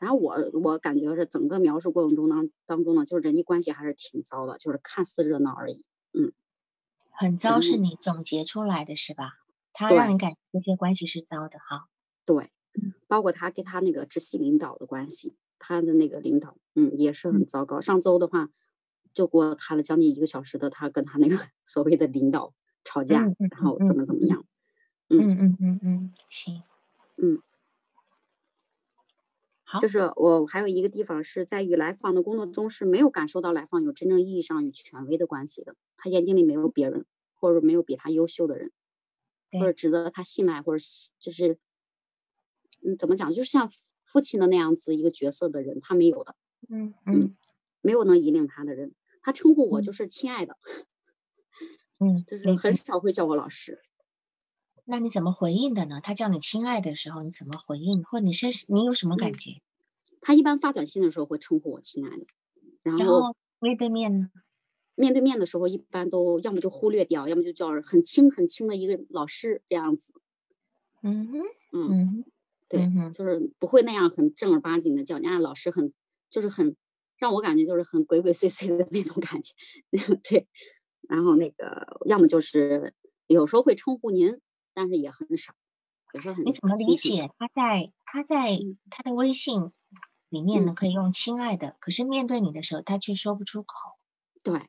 B: 然后我我感觉是整个描述过程中当当中呢，就是人际关系还是挺糟的，就是看似热闹而已。
A: 很糟
B: 然
A: 是
B: 后
A: 你总结出来的是吧？他
B: 对
A: 让你感觉这些关系是糟的，好，
B: 对，
A: 嗯
B: 包括他跟他那个直系领导的关系，他的那个领导，嗯，也是很
A: 嗯
B: 糟糕。上周的话，就给我谈了将近一个小时的，他跟他那个 所谓的领导吵架，
A: 嗯嗯
B: 然后
A: 嗯
B: 怎么怎么样。
A: 嗯嗯嗯嗯，行，
B: 嗯，
A: 好
B: 就，是我还有一个地方是在与来访的工作中是没有感受到来访有真正意义上与权威的关系的，他眼睛里没有别人，或者没有比他优秀的人，
A: 对
B: 或者值得他信赖，或者信就是嗯，怎么讲，就是像父亲的那样子一个角色的人，他没有的，
A: 嗯嗯，
B: 没有能引领他的人。他称呼我就是亲爱的，
A: 嗯，
B: 就是很少会叫我老师。
A: 那你怎么回应的呢？他叫你亲爱的时候，你怎么回应？或你是你有什么感觉、嗯？
B: 他一般发短信的时候会称呼我亲爱的，然后
A: 面对面呢？
B: 面对面的时候，一般都要么就忽略掉，要么就叫很轻很轻的一个老师这样子。
A: 嗯哼，
B: 嗯，对，嗯、就是不会那样很正儿八经的叫你，啊，老师很就是很让我感觉就是很鬼鬼祟祟的那种感觉。 对，然后那个要么就是有时候会称呼您。但是也很少，有时候很。
A: 你怎么理解他在他在
B: 嗯
A: 他的微信里面呢？可以用“亲爱的”，嗯、可是面对你的时候，他却说不出口。
B: 对，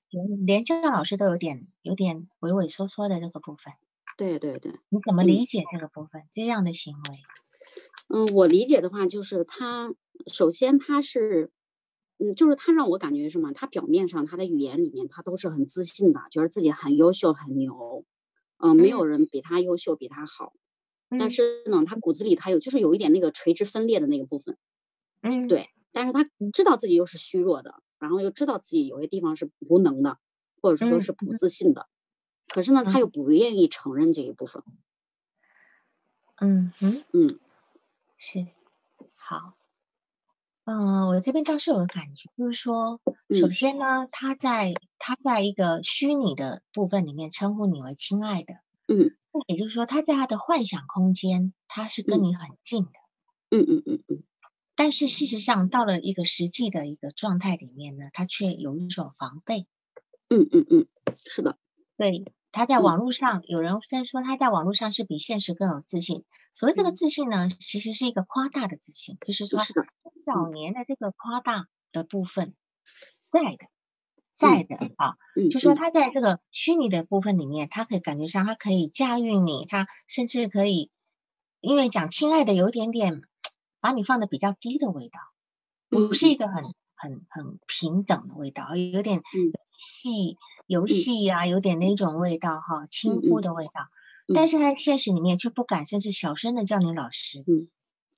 A: 连教老师都有点有点畏畏缩缩的这个部分。
B: 对对对，
A: 你怎么理解这个部分、嗯、这样的行为？
B: 嗯，我理解的话就是他，首先他是，嗯，就是他让我感觉什么？他表面上他的语言里面，他都是很自信的，觉得自己很优秀、很牛。嗯、呃，没有人比他优秀，比他好，
A: 嗯、
B: 但是呢，他骨子里他有，就是有一点那个垂直分裂的那个部分，
A: 嗯，
B: 对，但是他知道自己又是虚弱的，然后又知道自己有些地方是无能的，或者说是不自信的，
A: 嗯、
B: 可是呢，他又不愿意承认这一部分，
A: 嗯嗯
B: 嗯，
A: 是，好，嗯、呃，我这边倒是有感觉，就是说，首
B: 嗯
A: 先呢，他在。他在一个虚拟的部分里面称呼你为亲爱的，
B: 嗯，
A: 也就是说他在他的幻想空间，他是跟你很近的，
B: 嗯嗯嗯嗯。
A: 但是事实上，到了一个实际的一个状态里面呢，他却有一种防备，
B: 嗯嗯嗯，是的，
A: 对。他
B: 嗯
A: 在网络上，有人在说他在网络上是比现实更有自信。所谓这个
B: 嗯
A: 自信呢，其实是一个夸大的自信，就是说
B: 嗯
A: 早年的这个夸大的部分在的。在的啊，
B: 嗯、
A: 就说他在这个虚拟的部分里面，嗯、他可以感觉上他可以驾驭你，他甚至可以，因为讲亲爱的有一点点把你放的比较低的味道，不
B: 嗯
A: 是一个很很很平等的味道，有点
B: 嗯
A: 戏游戏啊，有点那种味道哈，轻忽的味道。
B: 嗯、
A: 但是他现实里面却不敢，甚至小声的叫你老师。
B: 嗯，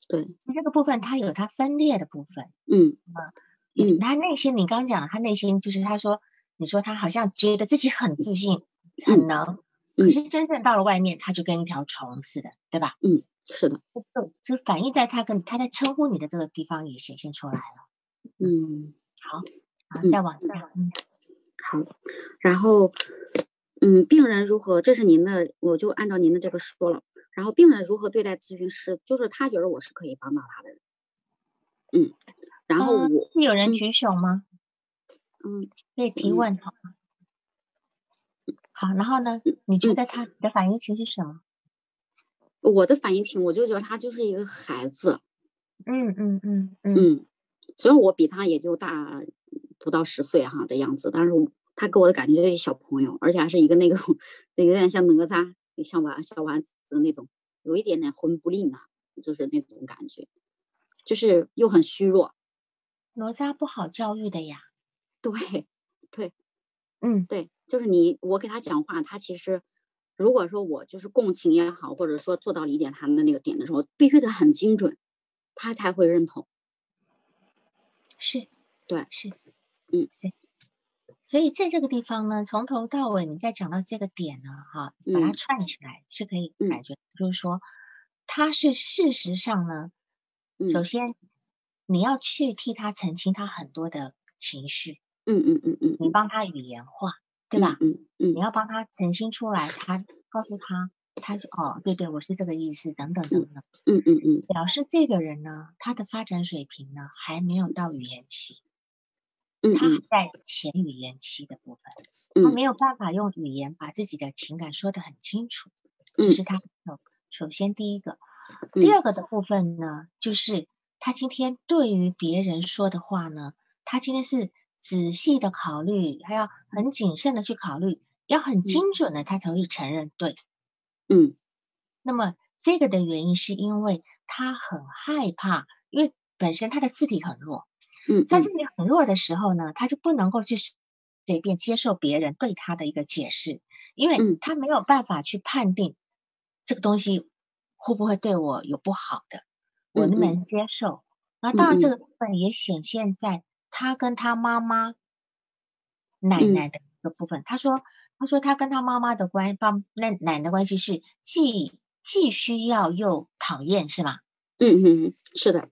B: 对，
A: 这个部分他有他分裂的部分。
B: 嗯
A: 啊。嗯，他内心，你刚讲，他内心就是他说，你说他好像觉得自己很自信，很能，可是真正到了外面，他就跟一条虫似的，对吧？
B: 嗯，是的，
A: 就反映在他跟他在称呼你的这个地方也显现出来了。
B: 嗯，
A: 好，好，再往下，嗯，
B: 好，然后，嗯，病人如何？这是您的，我就按照您的这个说了。然后，病人如何对待咨询师？就是他觉得我是可以帮到他的人。嗯。然后我、
A: 嗯、有人举手吗？
B: 嗯，
A: 可以提问好吗？嗯、好，然后呢？你觉得他的反应情是什么？
B: 我的反应情，我就觉得他就是一个孩子。
A: 嗯嗯嗯
B: 嗯。虽然我比他也就大不到十岁哈的样子，但是他给我的感觉就是小朋友，而且还是一个那个有点像哪吒，像娃小娃子那种，有一点点魂不吝啊，就是那种感觉，就是又很虚弱。
A: 哪吒不好教育的呀，
B: 对，对，
A: 嗯，
B: 对，就是你我给他讲话，他其实如果说我就是共情也好，或者说做到理解他们的那个点的时候，必须得很精准，他才会认同。
A: 是，
B: 对，
A: 是，
B: 嗯，
A: 是。所以在这个地方呢，从头到尾你再讲到这个点呢，哈、啊，把它串起来、
B: 嗯、
A: 是可以感觉，嗯、就是说，他是事实上呢，
B: 嗯、
A: 首先。你要去替他澄清他很多的情绪，
B: 嗯嗯嗯嗯，
A: 你帮他语言化，对吧？
B: 嗯嗯，
A: 你要帮他澄清出来，他告诉他，他说哦，对对，我是这个意思，等等等等，
B: 嗯嗯嗯，
A: 表示这个人呢，他的发展水平呢还没有到语言期，
B: 嗯，
A: 他还在前语言期的部分，他没有办法用语言把自己的情感说得很清楚，
B: 嗯
A: 这是他首先第一个，第二个的部分呢就是。他今天对于别人说的话呢，他今天是仔细的考虑，还要很谨慎的去考虑，要很精准的，他才会承认对。
B: 嗯，
A: 那么这个的原因是因为他很害怕，因为本身他的字体很弱。
B: 嗯，
A: 在字体很弱的时候呢，他就不能够去随便接受别人对他的一个解释，因
B: 嗯
A: 为他没有办法去判定
B: 嗯
A: 这个东西会不会对我有不好的。我能不能接受？然后当然这个部分也显现在他跟他妈妈、奶
B: 嗯
A: 奶的一个部分。他说，他说他跟他妈妈的关爸那奶奶的关系是既既需要又讨厌，是吗？
B: 嗯嗯，是的，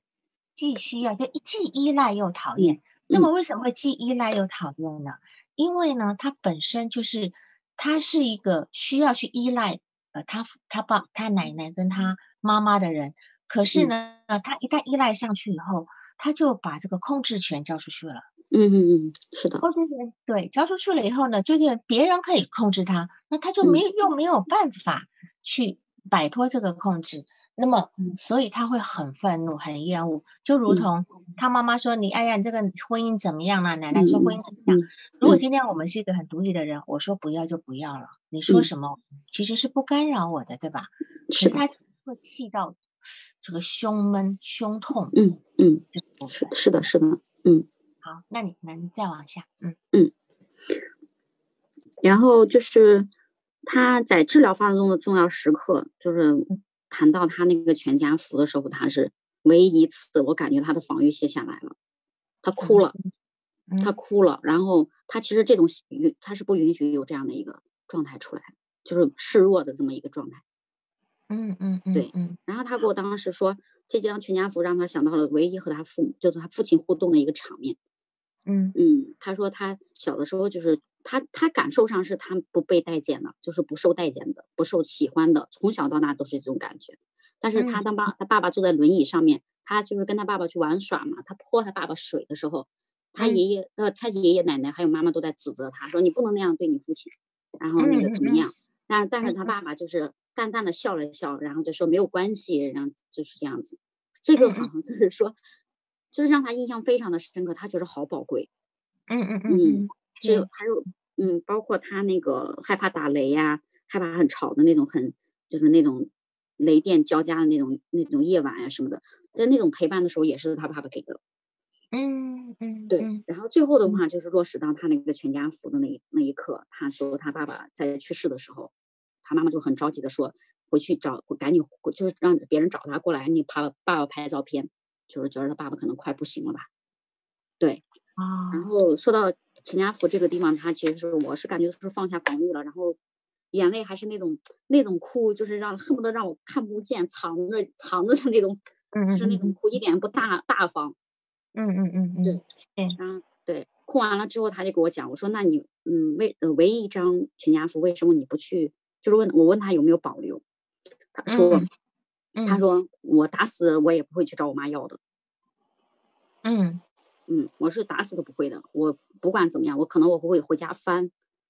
A: 既需要就既依赖又讨厌。那么为什么会既依赖又讨厌呢？因为呢，他本身就是他是一个需要去依赖呃他他爸他奶奶跟他妈妈的人，可是呢，他一旦依赖上去以后，他就把这个控制权交出去了。
B: 嗯嗯嗯，是的，
A: 控制权对交出去了以后呢，就是别人可以控制他，那他
B: 嗯
A: 就没又没有办法去摆脱这个控制。那么，
B: 嗯
A: 所以他会很愤怒、很厌恶，就如同他妈妈说：“你哎呀，你这个婚姻怎么样啊？”奶奶说：“
B: 嗯
A: 婚姻怎么样？”如果今天我们是一个很独立的人，我说不要就不要了，你说什么其实是不干扰我的，对吧？
B: 嗯是
A: 他会气到这个胸闷、胸痛。
B: 嗯嗯，是是的，是的，嗯。
A: 好，那你们再往下，嗯
B: 嗯。然后就是他在治疗发展中的重要时刻，就是。谈到他那个全家福的时候，他是唯一一次，我感觉他的防御卸下来了，他
A: 嗯
B: 哭了，他哭了。然后他其实这种允他是不允许有这样的一个状态出来，就是示弱的这么一个状态。
A: 嗯嗯嗯，
B: 对。然后他给我当时说，这张全家福让他想到了唯一和他父母，就是他父亲互动的一个场面。
A: 嗯
B: 嗯，他说他小的时候就是他他感受上是他不被待见的，就是不受待见的，不受喜欢的，从小到大都是这种感觉。但是他当爸、嗯、他爸爸坐在轮椅上面，他就是跟他爸爸去玩耍嘛，他泼他爸爸水的时候，他爷爷、嗯、呃他爷爷奶奶还有妈妈都在指责他说你不能那样对你父亲，然后那个怎么样？嗯、但但是他爸爸就是淡淡的笑了笑，然后就说没有关系，然后就是这样子。这个好像就是说。就是让他印象非常的深刻，他觉得好宝贵。
A: 嗯嗯
B: 嗯，就还有嗯，包括他那个害怕打雷呀、啊，害怕很吵的那种，很就是那种雷电交加的那种那种夜晚啊什么的，在那种陪伴的时候也是他爸爸给的。
A: 嗯嗯，
B: 对。然后最后的话就是落实到他那个全家福的那一那一刻，他说他爸爸在去世的时候，他妈妈就很着急的说回去找，赶紧就是让别人找他过来，你爸爸爸爸拍照片。就是觉得他爸爸可能快不行了吧，对，
A: 啊，
B: 然后说到全家福这个地方，他其实是我是感觉就是放下防御了，然后眼泪还是那种那种哭，就是让恨不得让我看不见，藏着藏着的那种，就是那种哭，一点不大大方，
A: 嗯嗯嗯嗯，
B: 对，然后对，哭完了之后他就给我讲，我说那你嗯为呃唯一一张全家福为什么你不去？就是问我问他有没有保留，他说。
A: 嗯嗯、
B: 他说：“我打死我也不会去找我妈要的。
A: 嗯”
B: 嗯嗯，我是打死都不会的。我不管怎么样，我可能我会回家翻，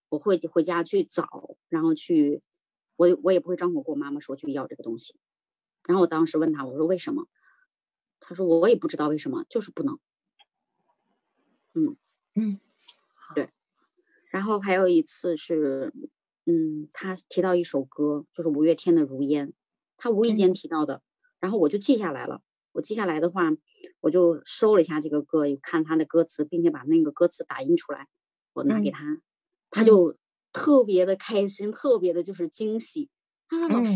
B: 我会回家去找，然后去，我我也不会张口跟我妈妈说去要这个东西。然后我当时问他，我说：“为什么？”他说：“我也不知道为什么，就是不能。嗯”
A: 嗯嗯，
B: 对。然后还有一次是，嗯，他提到一首歌，就是五月天的《如烟》。他无
A: 嗯
B: 意间提到的，然后我就记下来了。我记下来的话，我就搜了一下这个歌，看他的歌词，并且把那个歌词打印出来，我拿给他，
A: 嗯、
B: 他就特别的开心，嗯、特别的就是惊喜。他说：“老师，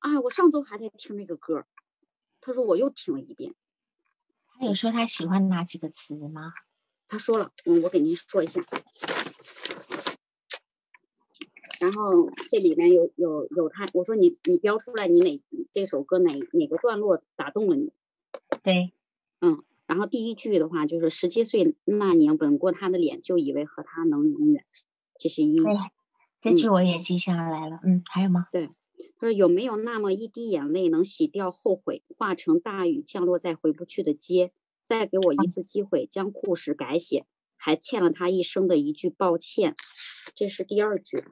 B: 嗯、哎，我上周还在听那个歌。”他说：“我又听了一遍。”
A: 他有说他喜欢哪几个词吗？
B: 他说了，嗯，我给您说一下。然后这里面有有有他，我说你你标出来你哪这首歌哪哪个段落打动了你？
A: 对，
B: 嗯，然后第一句的话就是十七岁那年吻过他的脸，就以为和他能永远。这是
A: 哦
B: 一，
A: 这
B: 嗯
A: 句我也记下来了。嗯,嗯，还有吗？
B: 对，他说有没有那么一滴眼泪能洗掉后悔，化成大雨降落在回不去的街？再给我一次机会，将故事改写。嗯还欠了他一生的一句抱歉，这是第二句。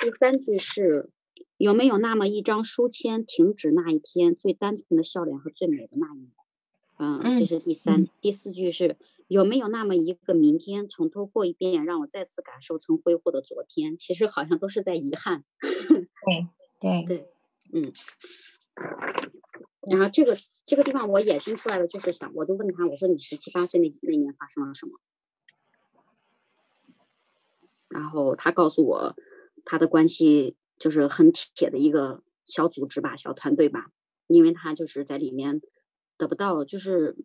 B: 第三句是有没有那么一张书签，停止那一天最单纯的笑脸和最美的那一年？嗯，这是第三。
A: 嗯、
B: 第四句是有没有那么一个明天，从头过一遍，让我再次感受曾挥霍的昨天？其实好像都是在遗憾。
A: 对
B: 对对，嗯。然后这个这个地方我衍生出来了，就是想，我就问他，我说你十七八岁那那年发生了什么？然后他告诉我，他的关系就是很铁的一个小组织吧，小团队吧，因为他就是在里面得不到，就是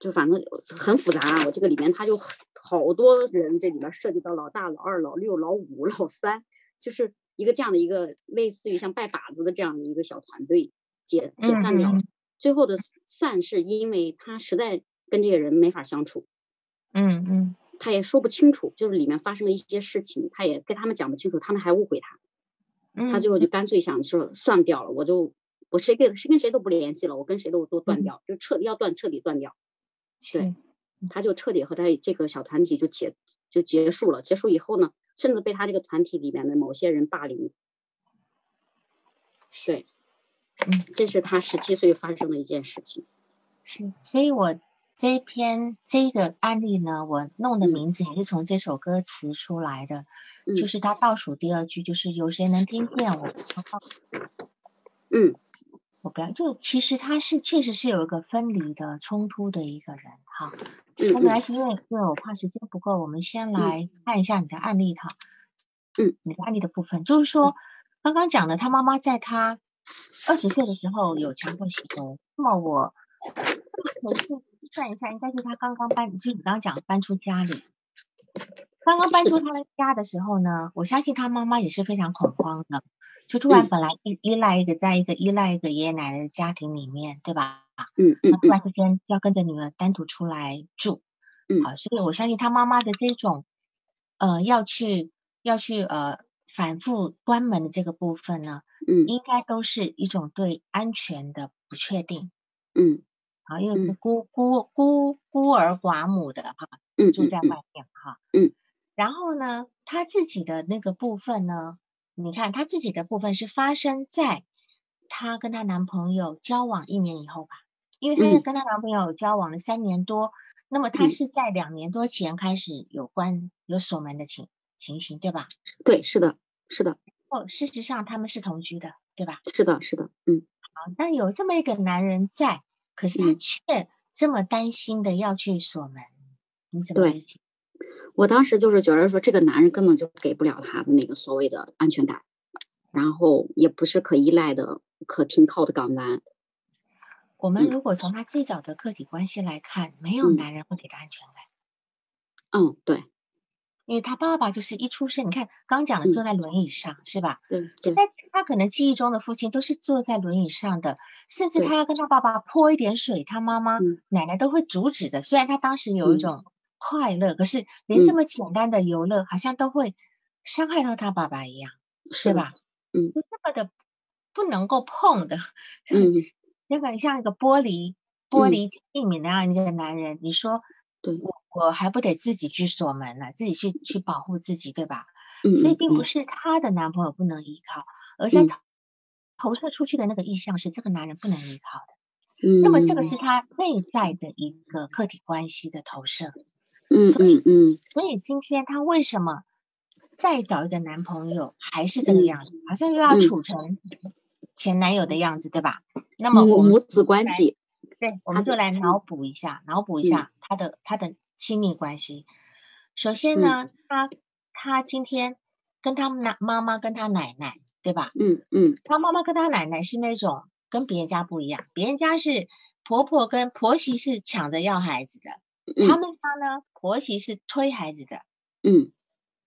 B: 就反正很复杂、啊。我这个里面他就好多人，这里面涉及到老大、老二、老六、老五、老三，就是一个这样的一个类似于像拜把子的这样的一个小团队解解散掉了。
A: 嗯
B: 最后的散是因为他实在跟这个人没法相处，
A: 嗯嗯
B: 他也说不清楚，就是里面发生了一些事情，他也跟他们讲不清楚，他们还误会他。
A: 嗯，
B: 他最后就干脆想说算掉了，我就我谁跟谁跟谁都不联系了，我跟谁都都
A: 嗯
B: 断掉，就彻底要断，彻底断掉。
A: 是，
B: 他就彻底和他这个小团体就结就结束了。结束以后呢，甚至被他这个团体里面的某些人霸凌。对，
A: 嗯，
B: 这是他十七岁发生的一件事情。嗯
A: 是，所以我这一篇这个案例呢，我弄的
B: 嗯
A: 名字也是从这首歌词出来的，
B: 嗯
A: 就是它倒数第二句，就是有谁能听见我
B: 嗯
A: 我不要，就其实他是确实是有一个分离的冲突的一个人哈。
B: 嗯
A: 我们来因为因为我怕时间不够，我们先来看一下你的案例哈。
B: 嗯，
A: 你的案例的部分就是说，刚刚讲的他妈妈在他二十岁的时候有强迫行为，那么我我去算一下，应该是他刚刚搬，就是你刚刚讲搬出家里。刚刚搬出
B: 嗯
A: 他的家的时候呢，我相信他妈妈也是非常恐慌的，就突然
B: 嗯
A: 本来依依赖一个在一个依赖一个爷爷奶奶的家庭里面，对吧？
B: 嗯嗯
A: 那突然之间要跟着女儿单独出来住，
B: 嗯
A: 啊，所以我相信他妈妈的这种，呃，要去要去呃反复关门的这个部分呢，
B: 嗯
A: 应该都是一种对安全的不确定
B: 嗯
A: 啊，因为
B: 嗯
A: 孤孤孤孤儿寡母的啊哈、
B: 嗯
A: 住在
B: 嗯
A: 外面哈。
B: 嗯。
A: 然后呢，他自己的那个部分呢，你看他自己的部分是发生在她跟她男朋友交往一年以后吧，因为她
B: 嗯
A: 跟她男朋友交往了三年多，那么她
B: 嗯
A: 是在两年多前开始有关有锁门的情情形，对吧？
B: 对，是的，是的，
A: 哦，事实上他们是同居的，对吧？
B: 是的，是的，嗯
A: 啊，但有这么一个男人在，可是他
B: 嗯。
A: 却这么担心的要去锁门，你怎么
B: 对
A: 理解？
B: 我当时就是觉得说，这个男人根本就给不了他的那个所谓的安全感，然后也不是可依赖的、可停靠的港湾。
A: 我们
B: 嗯
A: 如果从他最早的客体关系来看，没有
B: 嗯
A: 男人会给他安全感，
B: 嗯，对，
A: 因为他爸爸就是一出生，你看刚讲的
B: 嗯
A: 坐在轮椅上是吧？
B: 对
A: 所以
B: 对
A: 他他可能记忆中的父亲都是坐在轮椅上的，甚至
B: 对
A: 他要跟他爸爸泼一点水，他妈妈
B: 嗯
A: 奶奶都会阻止的。虽然他当时有一
B: 嗯
A: 种快乐，可是连这
B: 嗯
A: 么简单的游乐好像都会伤害到他爸爸一样，
B: 是
A: 对
B: 的，
A: 吧？
B: 嗯
A: 就这么的不能够碰的，
B: 嗯
A: 那个像一个玻璃玻
B: 嗯，
A: 璃器皿那样一个男人，你说
B: 对，
A: 我我还不得自己去锁门呢、自己去去保护自己，对吧？
B: 嗯
A: 所以
B: 嗯
A: 并不
B: 嗯
A: 是她的男朋友不能依靠，而是她
B: 嗯
A: 投投射出去的那个意向是这个男人不能依靠的。那么这个是
B: 嗯
A: 她内在的一个客体关系的投射，
B: 嗯
A: 所以
B: 嗯嗯
A: 所以今天她为什么再找一个男朋友还是这个
B: 嗯
A: 样子，好像又要
B: 嗯
A: 处成前男友的样子，对吧？那么
B: 母
A: 我们
B: 母子关
A: 来
B: 系，
A: 对，我
B: 他
A: 们就
B: 的
A: 来
B: 嗯
A: 脑补一下，脑补一
B: 嗯
A: 下他的他的亲密关系。首先
B: 嗯
A: 呢，他他今天跟他奶妈妈跟他奶奶，对吧？
B: 嗯嗯
A: 他妈妈跟他奶奶是那种跟别人家不一样，别人家是婆婆跟婆媳是抢着要孩子的，他
B: 嗯
A: 们家呢婆媳是推孩子的。
B: 嗯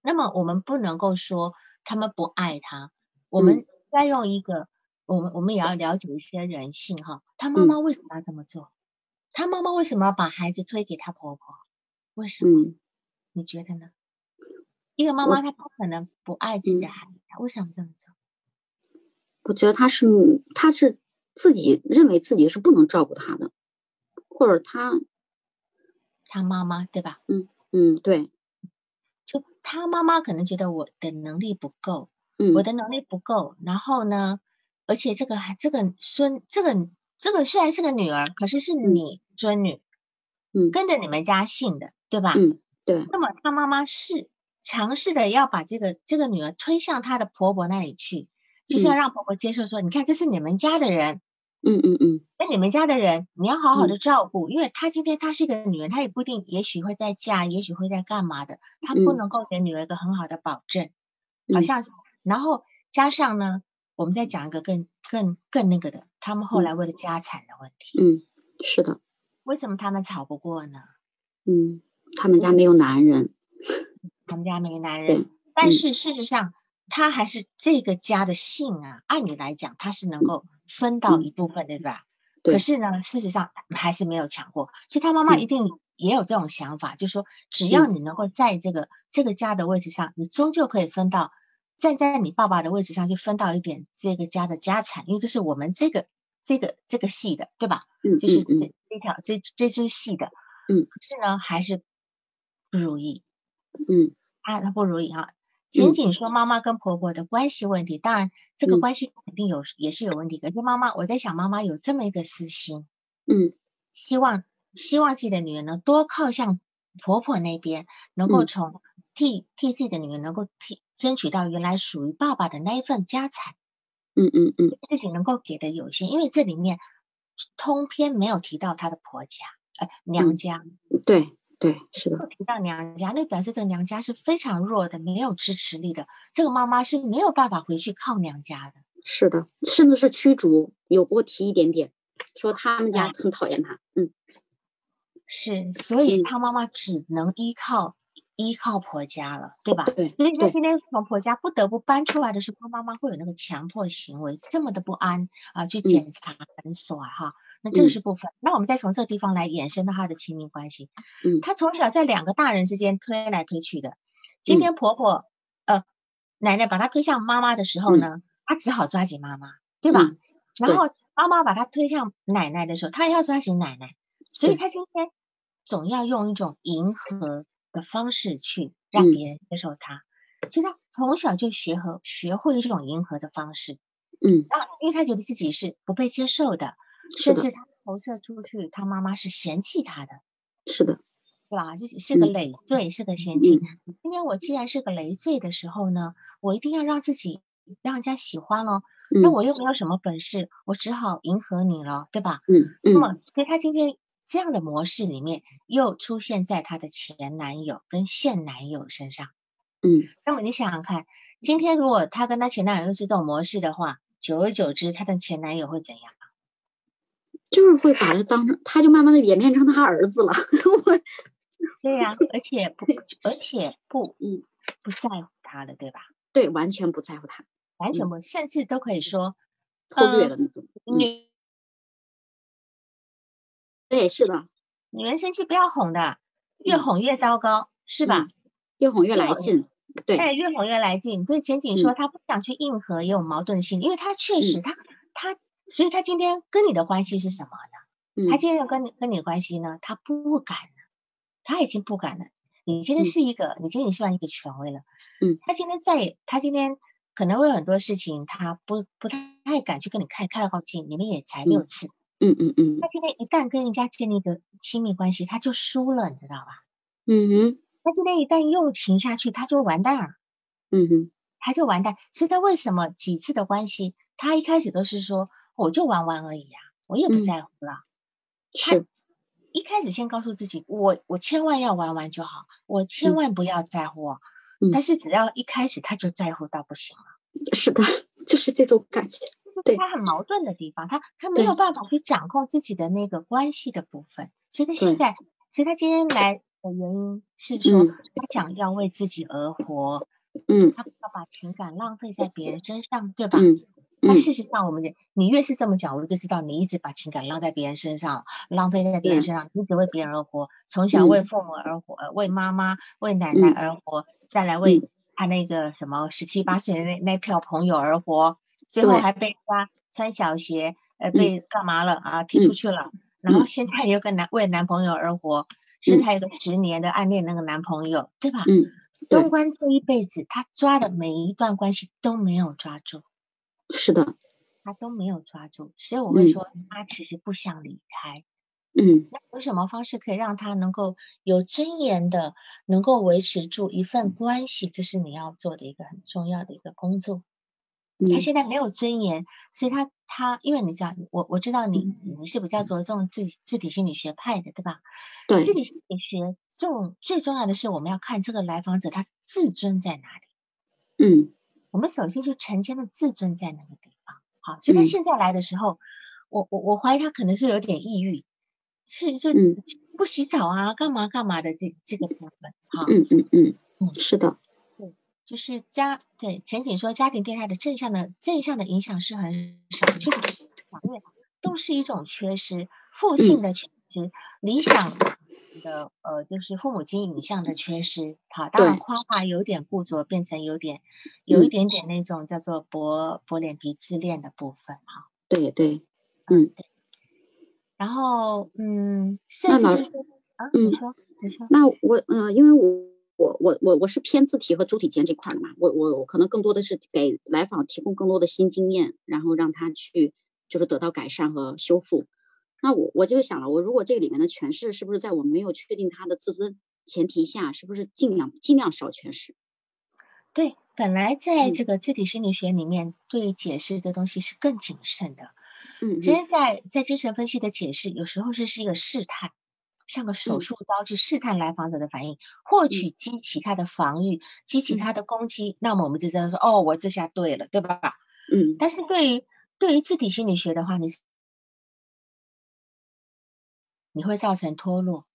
A: 那么我们不能够说他们不爱他，我
B: 嗯
A: 们要用一个，我们我们也要了解一些人性哈。他妈
B: 嗯
A: 妈为什么要这么做？他妈妈为什么要把孩子推给他婆婆？为什么？
B: 嗯，
A: 你觉得呢？一个妈妈
B: 我
A: 她不可能不爱自己的
B: 嗯。
A: 孩子，她为什么这么做？
B: 我觉得他是他是自己认为自己是不能照顾他的，或者他
A: 她妈妈对吧？
B: 嗯嗯对
A: 就她妈妈可能觉得我的能力不够，我
B: 嗯
A: 的能力不够，然后呢，而且这个孩这个孙这个这个虽然是个女儿，可是是
B: 嗯
A: 你孙女，
B: 嗯
A: 跟着你们家姓的，对吧？
B: 嗯对
A: 那么她妈妈是尝试的要把这个这个女儿推向她的婆婆那里去，就是要
B: 嗯
A: 让婆婆接受说，你看这是你们家的人，
B: 嗯嗯嗯
A: 那你们家的人你要好好的
B: 嗯
A: 照顾，因为她今天她是一个女人，她也不一定，也许会再嫁，也许会再干嘛的，她不
B: 嗯
A: 能够给女儿一个很好的保证，好
B: 嗯
A: 像，然后加上呢，我们再讲一个更更更那个的，他们后
B: 嗯
A: 来为了家产的问题。
B: 嗯是的，
A: 为什么他们吵不过呢？
B: 嗯，他们家没有男人，
A: 他们家没男
B: 对嗯
A: 人，但是事实上，他还是这个家的性啊。按理来讲，他是能够分到
B: 嗯
A: 一部分，对吧？
B: 对
A: 可是呢，事实上还是没有抢过，所以他妈妈
B: 嗯
A: 一定也有这种想法，就是说，只要你能够在这个这个家的位置上，你终究可以分到站在你爸爸的位置上去分到一点这个家的家产，因为这是我们这个这个这个系的，对吧？
B: 嗯
A: 就是
B: 嗯
A: 这这条这这支戏的，
B: 嗯
A: 可是呢还是不如意，
B: 嗯
A: 啊，他不如意啊。仅
B: 嗯
A: 仅说妈妈跟婆婆的关系问题，当然这个
B: 嗯
A: 关系肯定有也是有问题，可是妈妈我在想，妈妈有这么一个私心，
B: 嗯
A: 希望希望自己的女儿能多靠向婆婆那边，能够
B: 嗯
A: 从替替自己的女儿能够替争取到原来属于爸爸的那一份家产。
B: 嗯嗯嗯
A: 自己能够给的有限，因为这里面通篇没有提到她的婆家，呃，娘
B: 嗯
A: 家没
B: 嗯，对对，是的，
A: 有提到娘家，那表示这个娘家是非常弱的，没有支持力的。这个妈妈是没有办法回去靠娘家的。
B: 是的，甚至是驱逐，有给我提一点点，说他们
A: 啊
B: 家很讨厌他，嗯
A: 是，所以
B: 嗯
A: 她妈妈只能依靠依靠婆家了，对吧？
B: 对
A: 所以她
B: 对
A: 今天从婆家不得不搬出来的时候，她妈妈会有那个强迫行为，这么的不安啊、去
B: 嗯
A: 检查诊所啊哈。那这个
B: 嗯
A: 是部分，那我们再从这个地方来延伸到她的亲密关系。
B: 嗯
A: 她从小在两个大人之间推来推去的，今
B: 嗯
A: 天婆婆呃奶奶把她推向妈妈的时候
B: 嗯
A: 呢，她只好抓紧妈妈，对吧？
B: 嗯
A: 然
B: 对
A: 后妈妈把她推向奶奶的时候，她也要抓紧奶奶。所以
B: 对
A: 他今天总要用一种迎合的方式去让
B: 嗯
A: 别人接受他，所以他从小就学和学会这种迎合的方式，
B: 嗯，
A: 然后因为他觉得自己是不被接受的，
B: 是
A: 甚
B: 的
A: 至他投射出去，他妈妈是嫌弃他的，
B: 是的，
A: 对吧？是是个
B: 嗯
A: 累赘，是个嫌
B: 嗯
A: 弃。今天我既然是个累赘的时候呢，我一定要让自己让人家喜欢咯。那
B: 嗯
A: 我又没有什么本事，我只好迎合你了，对吧？
B: 嗯
A: 那
B: 嗯
A: 么，所以她今天这样的模式里面，又出现在她的前男友跟现男友身上。
B: 嗯，
A: 那么你想想看，今天如果她跟她前男友又是这种模式的话，久而久之，她的前男友会怎样？
B: 就是会把他当成，他就慢慢的演变成他儿子了， 我
A: 对呀、而且 不，而且不，
B: 嗯，
A: 不在乎她了，对吧？
B: 对完全不在乎他，
A: 完全
B: 嗯
A: 不，甚至都可以说，
B: 忽略
A: 嗯
B: 的那种，嗯
A: 女
B: 对，是的，
A: 女人生气不要哄的，越
B: 嗯
A: 哄越糟糕，是吧
B: 嗯？越哄越
A: 越
B: 来
A: 哄越
B: 劲，对
A: 哎，越哄越来劲。对前景
B: 嗯
A: 说，他不想去硬核，也有矛盾性，因为他确
B: 嗯
A: 实他他，所以他今天跟你的关系是什么呢？
B: 嗯
A: 他今天跟你跟你的关系呢？他不敢了，他已经不敢了。你今天
B: 嗯
A: 是一个，你今天算一个权威了。
B: 嗯，
A: 他今天再也，他今天可能会有很多事情，他不不太敢去跟你太太靠近。你们也才六
B: 嗯
A: 次，
B: 嗯嗯嗯
A: 他今天一旦跟人家建立一个亲密关系，他就输了，你知道吧？
B: 嗯哼
A: 他今天一旦用情下去，他就完蛋了。
B: 嗯哼
A: 他就完蛋。所以他为什么几次的关系，他一开始都是说我就玩玩而已啊，我也不
B: 嗯
A: 在乎了。他
B: 是
A: 一开始先告诉自己，我我千万要玩玩就好，我千
B: 嗯
A: 万不要在乎哦。
B: 嗯
A: 但是只要一开始他就在乎到不行了，
B: 是的， 就是这种感觉，对
A: 他很矛盾的地方，他他没有
B: 对
A: 办法去掌控自己的那个关系的部分，所以他现
B: 对
A: 在，所以他今天来的原因是说，
B: 嗯
A: 他想要为自己而活，
B: 嗯
A: 他不要把情感浪费在别人身上，对吧？
B: 嗯
A: 那
B: 嗯
A: 事实上，我们也你越是这么讲，我就知道你一直把情感浪在别人身上，浪费在别人
B: 对
A: 身上，一直为别人而活，从小为
B: 嗯
A: 父母而活，呃为妈妈、为奶奶
B: 嗯
A: 而活，再来为
B: 嗯
A: 他那个什么十七八岁的那那票朋友而活，最后
B: 对
A: 还被人家穿小鞋，呃，
B: 嗯
A: 被干嘛了啊？踢出
B: 嗯
A: 去了，然后
B: 嗯
A: 现在又跟男为男朋友而活，甚至还有个十年的暗恋那个男朋友，对吧？
B: 嗯对
A: 东关这一辈子，他抓的每一段关系都没有抓住。
B: 是的
A: 他都没有抓住，所以我会
B: 嗯
A: 说他其实不想离开。
B: 嗯
A: 那有什么方式可以让他能够有尊严的，能够维持住一
B: 嗯
A: 份关系？这是你要做的一个很重要的一个工作。他
B: 嗯
A: 现在没有尊严，所以他他，因为你讲，我我知道你
B: 嗯
A: 你是比较着重自己自体心理学派的，对吧？
B: 对
A: 自体心理学重最重要的是我们要看这个来访者他自尊在哪里。
B: 嗯
A: 我们首先去承认的自尊在哪个地方。好，所以他
B: 嗯
A: 现在来的时候，我我我怀疑他可能是有点抑郁，是就
B: 嗯
A: 不洗澡啊，干嘛干嘛的这这个部分哈，
B: 嗯嗯嗯
A: 嗯
B: 嗯，是的，
A: 就是家对前景说家庭对他的正向的正向的影响是很少，确实反面都是一种缺失，
B: 嗯
A: 父性的缺失，理想的呃就是父母亲影像的缺失，好，当然
B: 对
A: 夸大有点固着，变成有点有一
B: 嗯
A: 点点那种叫做薄薄脸皮自恋的部分哈。
B: 对对，
A: 然后，嗯，甚
B: 那
A: 至就
B: 老
A: 是
B: 师
A: 说啊，你
B: 嗯。
A: 说，你说，
B: 那我嗯、呃因为我我我我我是偏字体和主体间这块儿的嘛，我我我可能更多的是给来访提供更多的新经验，然后让他去就是得到改善和修复。那我我就想了，我如果这个里面的诠释是不是在我没有确定他的自尊前提下，是不是尽量尽量少诠释？
A: 对，本来在
B: 嗯
A: 这个字体心理学里面对解释的东西是更谨慎的，
B: 嗯
A: 其
B: 嗯
A: 实在在精神分析的解释，有时候是是一个试探，像个手
B: 嗯
A: 术刀去试探来访者的反应，获
B: 嗯
A: 取激起他的防御，激起
B: 嗯
A: 他的攻击，那么我们就知道说，哦，我这下对了，对吧？
B: 嗯
A: 但是对于对于字体心理学的话，你你会造成脱落，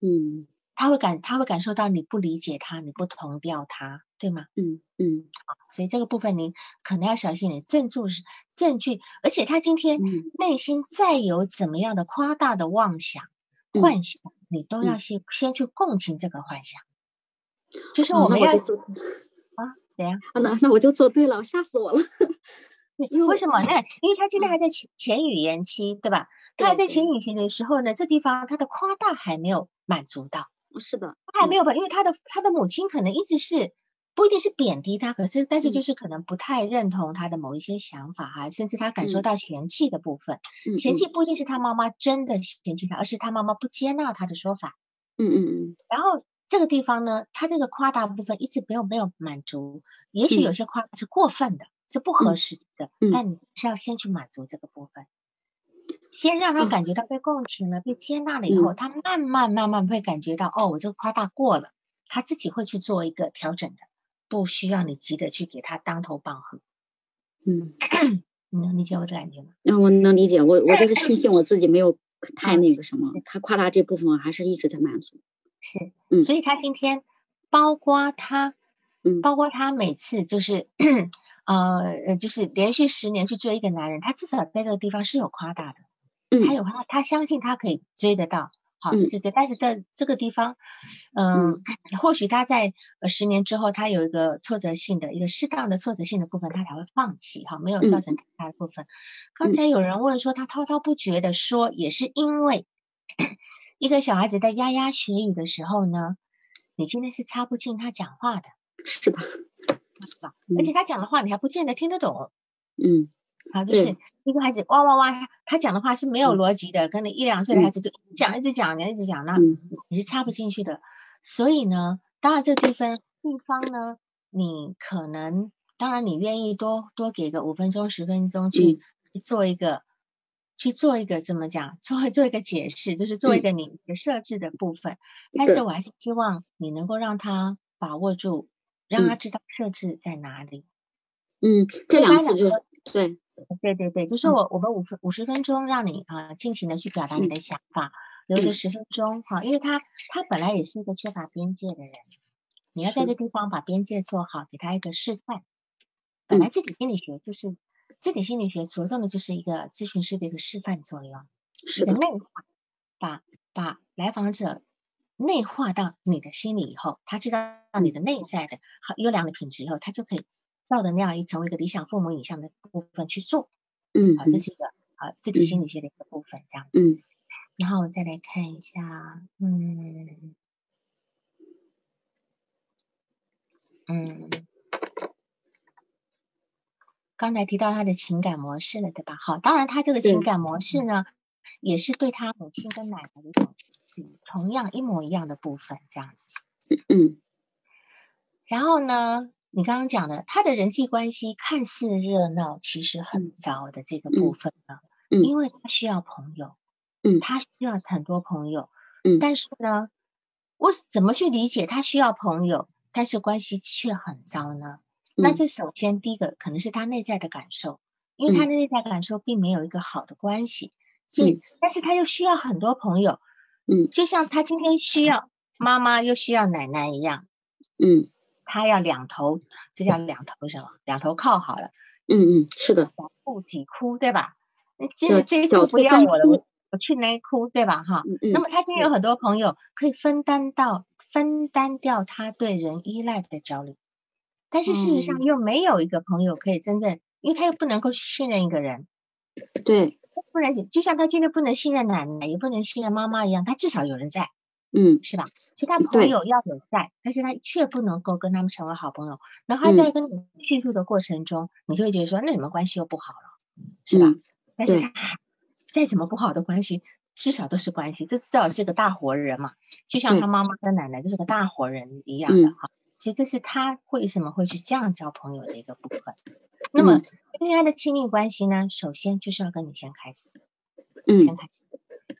B: 嗯
A: 他会感他会感受到你不理解他，你不同调他，对吗？
B: 嗯嗯
A: 所以这个部分您可能要小心一点，证据是证据，而且他今天
B: 嗯
A: 内心再有怎么样的夸大的妄想、
B: 嗯
A: 幻想，你都要
B: 嗯，
A: 先先去共情这个幻想，就是
B: 哦，
A: 我
B: 那
A: 们
B: 我
A: 要
B: 就做
A: 啊，怎样？
B: 啊，那那我就做对了，吓死我了，
A: 对，
B: 因为
A: 为
B: 我
A: 什么呢？因为他今天还
B: 嗯
A: 在前前语言期，对吧？他还
B: 对
A: 在前
B: 对
A: 语言期的时候呢，这地方他的夸大还没有满足到。
B: 哦是的，
A: 他还没有吧，因为他的他的母亲可能一直是不一定是贬低他，可是但
B: 嗯
A: 是就是可能不太认同他的某一些想法啊，甚至他
B: 嗯
A: 感受到嫌弃的部分。
B: 嗯嗯。
A: 嫌
B: 嗯
A: 弃不一定是他妈妈真的嫌弃他，而是他妈妈不接纳他的说法。
B: 嗯嗯
A: 然后这个地方呢，他这个夸大部分一直没有没有满足，也许有
B: 嗯
A: 些夸大是过分的，是不合
B: 嗯
A: 时宜的，
B: 嗯
A: 但你是要先去满足这个部分。先让他
B: 嗯啊
A: 感觉到被共情了、被接纳了以后，
B: 嗯
A: 他慢慢慢慢会感觉到，哦，我这个夸大过了，他自己会去做一个调整的，不需要你急着去给他当头棒喝。
B: 嗯，
A: 你能理解我的感觉吗？
B: 那我能理解，我我就是庆幸我自己没有太
A: 啊，
B: 那
A: 是
B: 个什么，
A: 是
B: 他夸大这部分我还是一直在满足。
A: 是，
B: 嗯
A: 所以他今天包括他，
B: 嗯
A: 包括他每次就是 呃呃，就是连续十年去追一个男人，他至少在这个地方是有夸大的，他
B: 嗯
A: 有他他相信他可以追得到，好一
B: 嗯
A: 直追，但是在这个地方，嗯、
B: 嗯
A: 或许他在呃十年之后，他有一个挫折性的一个适当的挫折性的部分，他才会放弃哈，没有造
B: 嗯
A: 成太大的部分。刚
B: 嗯
A: 才有人问说他滔滔不绝的说，也是因为一个小孩子在牙牙学语的时候呢，你今天是插不进他讲话的，
B: 是的，
A: 是吧？而且
B: 嗯
A: 他讲的话你还不见得听得懂
B: 嗯
A: 啊，就是
B: 对，
A: 一个孩子哇哇哇，他他讲的话是没有
B: 嗯
A: 逻辑的，跟你一两岁的孩
B: 嗯
A: 子就一直讲一直讲，一直讲，那
B: 嗯
A: 你是插不进去的。所以呢，当然这地方地方呢，你可能当然你愿意多多给个五分钟十分钟去
B: 嗯
A: 去做一个去做一个怎么讲，做做一个解释，就是做一
B: 嗯
A: 个你的设置的部分。但是
B: 是
A: 我还是希望你能够让他把握住，让他
B: 嗯
A: 知道设置在哪里。
B: 嗯，这
A: 一
B: 两
A: 般
B: 次
A: 来
B: 就
A: 说，
B: 是对，
A: 对对对，就是
B: 嗯
A: 我我们五分五十分钟让你啊、呃尽情的去表达你
B: 嗯
A: 的想法，留个
B: 嗯
A: 十分钟哈、因为他他本来也是一个缺乏边界的人，你要在这
B: 是，
A: 地方把边界做好，给他一个示范。本来
B: 嗯
A: 字体心理学就是字体心理学着重的就是一个咨询师的一个示范作用，一
B: 是
A: 个
B: 的，
A: 内化，把把来访者内化到你的心里以后，他知道你
B: 嗯
A: 的内在的好优良的品质以后，他就可以照着那样一成为一个理想父母影像的部分去做。
B: 嗯
A: 好，这
B: 嗯
A: 是一个啊自体心
B: 嗯
A: 理学的一个部分，这样子。
B: 嗯
A: 然后我再来看一下，嗯嗯，刚才提到他的情感模式了，对吧？好，当然他这个情
B: 对，
A: 感模式呢，也是对他母亲跟奶奶的一种情绪，同样一模一样的部分，这样子。
B: 嗯
A: 然后呢，你刚刚讲的，他的人际关系看似热闹，其实很
B: 嗯
A: 糟的这个部
B: 嗯
A: 分呢，
B: 嗯
A: 因为他需要朋友，
B: 嗯
A: 他需要很多朋友，
B: 嗯
A: 但是呢，我是怎么去理解他需要朋友，但是关系却很糟呢？那
B: 嗯
A: 这首先第一个可能是他内在的感受，因为他
B: 嗯
A: 的内在感受并没有一个好的关系，所以，但是他又需要很多朋友，
B: 嗯，
A: 就像他今天需要妈妈又需要奶奶一样，
B: 嗯
A: 他要两头，这叫两头什么？两头靠好了，
B: 嗯嗯，是的，
A: 两顾几哭，对吧？那今
B: 对
A: 天这一
B: 小
A: 哭不
B: 哭
A: 要
B: 三
A: 我了，我我去那一哭，对吧？哈，
B: 嗯
A: 那
B: 嗯
A: 么他今天有很多朋友可以分担到分担掉他对人依赖的焦虑，但是事实
B: 嗯
A: 上又没有一个朋友可以真正，因为他又不能够信任一个人，
B: 对，
A: 不能就像他今天不能信任奶奶，也不能信任妈妈一样，他至少有人在，
B: 嗯
A: 是吧？其他
B: 对
A: 朋友要有在，但是他却不能够跟他们成为好朋友，然
B: 嗯
A: 后他在跟你叙述的过程中，你就会觉得说，那你们关系又不好了，是吧？
B: 嗯
A: 但是
B: 对
A: 他还再怎么不好的关系，至少都是关系，这至少是个大活人嘛。就像
B: 对
A: 他妈妈跟奶奶就是个大活人一样的
B: 嗯
A: 哈。其实这是他为什么会去这样交朋友的一个部分。那么
B: 嗯
A: 跟人家的亲密关系呢，首先就是要跟你先开始，先
B: 嗯
A: 开始。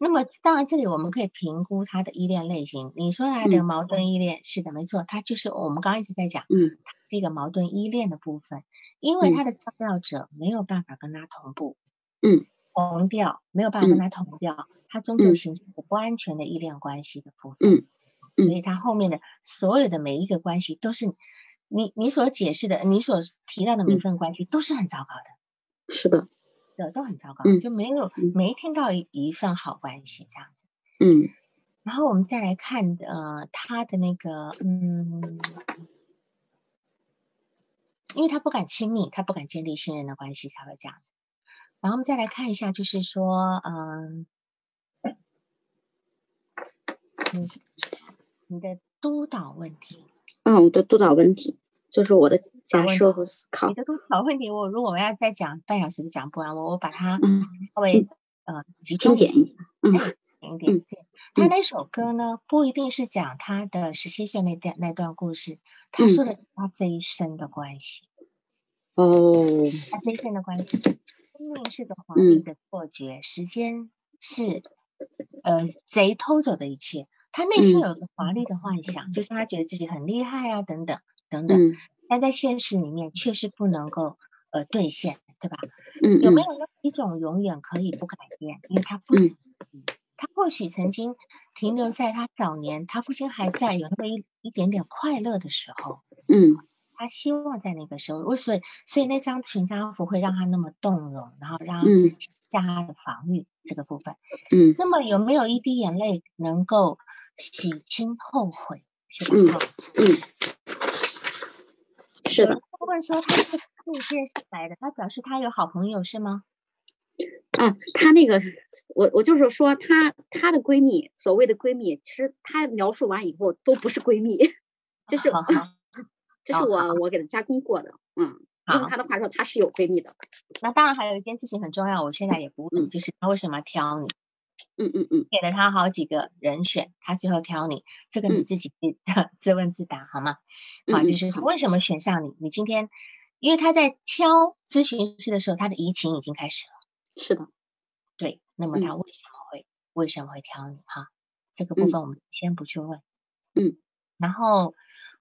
A: 那么当然，这里我们可以评估他的依恋类型。你说他的
B: 嗯
A: 矛盾依恋，是的，没错，他就是我们刚刚一直在讲
B: 嗯
A: 这个矛盾依恋的部分，因为
B: 嗯
A: 他的照料者没有办法跟他同步，
B: 嗯，
A: 同调没有办法跟
B: 嗯
A: 他同调，他终究
B: 嗯
A: 形成一个不安全的依恋关系的部分。
B: 嗯
A: 所以他后面的所有的每一个关系都是你你所解释的，你所提到的每一
B: 嗯
A: 份关系都是很糟糕的。
B: 是的，
A: 的都很糟糕，
B: 嗯
A: 就没有
B: 嗯
A: 没听到一一份好关系这样子。
B: 嗯
A: 然后我们再来看呃他的那个嗯，因为他不敢亲密，他不敢建立信任的关系才会这样子。然后我们再来看一下，就是说嗯，你嗯你的督导问题，
B: 嗯，我的督导问题就是我的假
A: 问题
B: 设和思考
A: 你，的督导问题，我如果我要再讲半小时都讲不完，我我把它
B: 嗯，
A: 稍微呃集中
B: 精
A: 一
B: 简
A: 下。
B: 一嗯
A: 一点
B: 嗯
A: 点。他
B: 嗯
A: 那首歌呢，不一定是讲他的十七岁那段那段故事，他说
B: 嗯
A: 的是他这一生的关系，
B: 哦，
A: 他这一生的关系。生命是个华
B: 嗯
A: 丽的错觉，时间是呃贼偷走的一切。他内心
B: 嗯
A: 有一个华丽的幻想，就是他觉得自己很厉害啊，等等等等，
B: 嗯
A: 但在现实里面确实不能够呃兑现，对吧？
B: 嗯
A: 有没
B: 嗯
A: 有那一种永远可以不改变？因为他不
B: 嗯
A: 他或许曾经停留在他早年，他父亲还在有那么一一点点快乐的时候，
B: 嗯
A: 他希望在那个时候，为所以所以那张全家福会让他那么动容，然后让他
B: 嗯
A: 下他的防御这个部分。
B: 嗯
A: 那么有没有一滴眼泪能够洗清后悔？是
B: 嗯
A: 吧？哈、
B: 嗯，是的。
A: 他问说他是故界上来的，他表示他有好朋友是吗？
B: 啊，她那个，我我就是说她，她的闺蜜，所谓的闺蜜，其实她描述完以后都不是闺蜜，这是
A: 好好
B: 这是
A: 哦
B: 我我给她加工过的，嗯，用
A: 好，
B: 她的话说，她是有闺蜜的，
A: 那当然还有一件事情很重要，我现在也不问，
B: 嗯
A: 就是他为什么挑你。
B: 嗯嗯嗯
A: 给了他好几个人选，他最后挑你，这个你
B: 嗯
A: 自己去 自问自答好吗？
B: 嗯
A: 好，就
B: 嗯，
A: 是他
B: 好，
A: 为什么选上你？你今天，因为他在挑咨询师的时候，他的移情已经开始了，
B: 是的，
A: 对，那么
B: 嗯
A: 他为什么会为什么会挑你？哈，这个部
B: 嗯
A: 分我们先不去问。
B: 嗯
A: 然后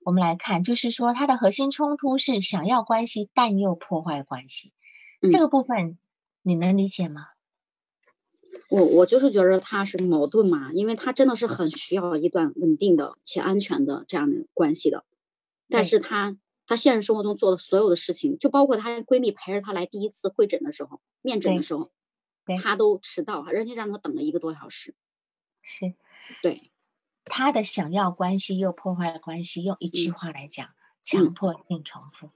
A: 我们来看，就是说他的核心冲突是想要关系，但又破坏关系，这
B: 嗯，
A: 个部分你能理解吗？
B: 我我就是觉得她是矛盾嘛，因为她真的是很需要一段稳定的且安全的这样的关系的，但
A: 对，
B: 是她她现实生活中做的所有的事情，就包括她闺蜜陪着她来第一次会诊的时候，面诊的
A: 对，
B: 时候。
A: 对，
B: 他都迟到，人家让他等了一个多小时。
A: 是。
B: 对，
A: 他的想要关系又破坏关系，用一句
B: 嗯
A: 话来讲，强
B: 嗯
A: 迫性重复，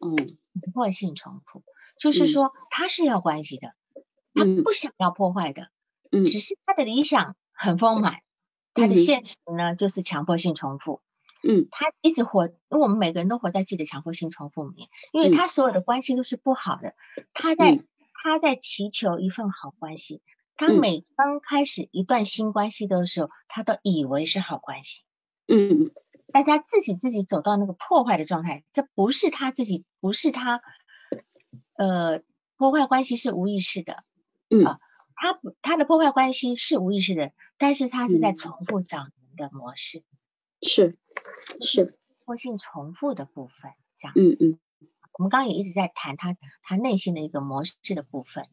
A: 嗯
B: 哦
A: 强迫性重复，就是
B: 嗯
A: 说他是要关系的，他
B: 嗯
A: 不想要破坏的，
B: 嗯
A: 只是他的理想很丰满，他
B: 嗯
A: 的
B: 哼
A: 现实呢就是强迫性重复。
B: 嗯
A: 他一直活，因为我们每个人都活在自己的强迫性重复里面，因为
B: 嗯
A: 他所有的关系都是不好的，他在
B: 嗯
A: 他在祈求一份好关系。他
B: 嗯
A: 每刚开始一段新关系的时候，他都以为是好关系，
B: 嗯
A: 大家自己自己走到那个破坏的状态，这不是他自己，不是他，呃，破坏关系是无意识的
B: 嗯
A: 啊，他不他的破坏关系是无意识的，但是他是在
B: 嗯，
A: 重复早年的模式，
B: 是
A: 就是
B: 是，
A: 过性重复的部分，这样
B: 嗯
A: 子。
B: 嗯
A: 我们刚刚也一直在谈他他内心的一个模式的部分，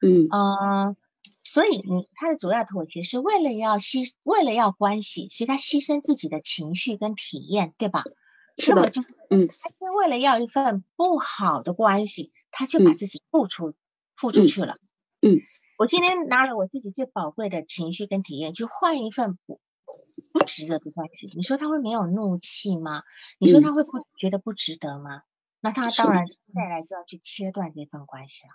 B: 嗯
A: 嗯、所以你他的主要妥协是为了要牺，为了要关系，所以他牺牲自己的情绪跟体验，对吧？
B: 是
A: 那
B: 的
A: 么就
B: 嗯，
A: 他是为了要一份不好的关系，他就把
B: 嗯
A: 自己付出、付出
B: 嗯
A: 去了。
B: 嗯，
A: 我今天拿了我自己最宝贵的情绪跟体验，去换一份不不值得的关系。你说他会没有怒气吗？你说
B: 嗯
A: 他会不、觉得不值得吗？那他
B: 是
A: 当
B: 的
A: 然再来就要去切断这份关系了。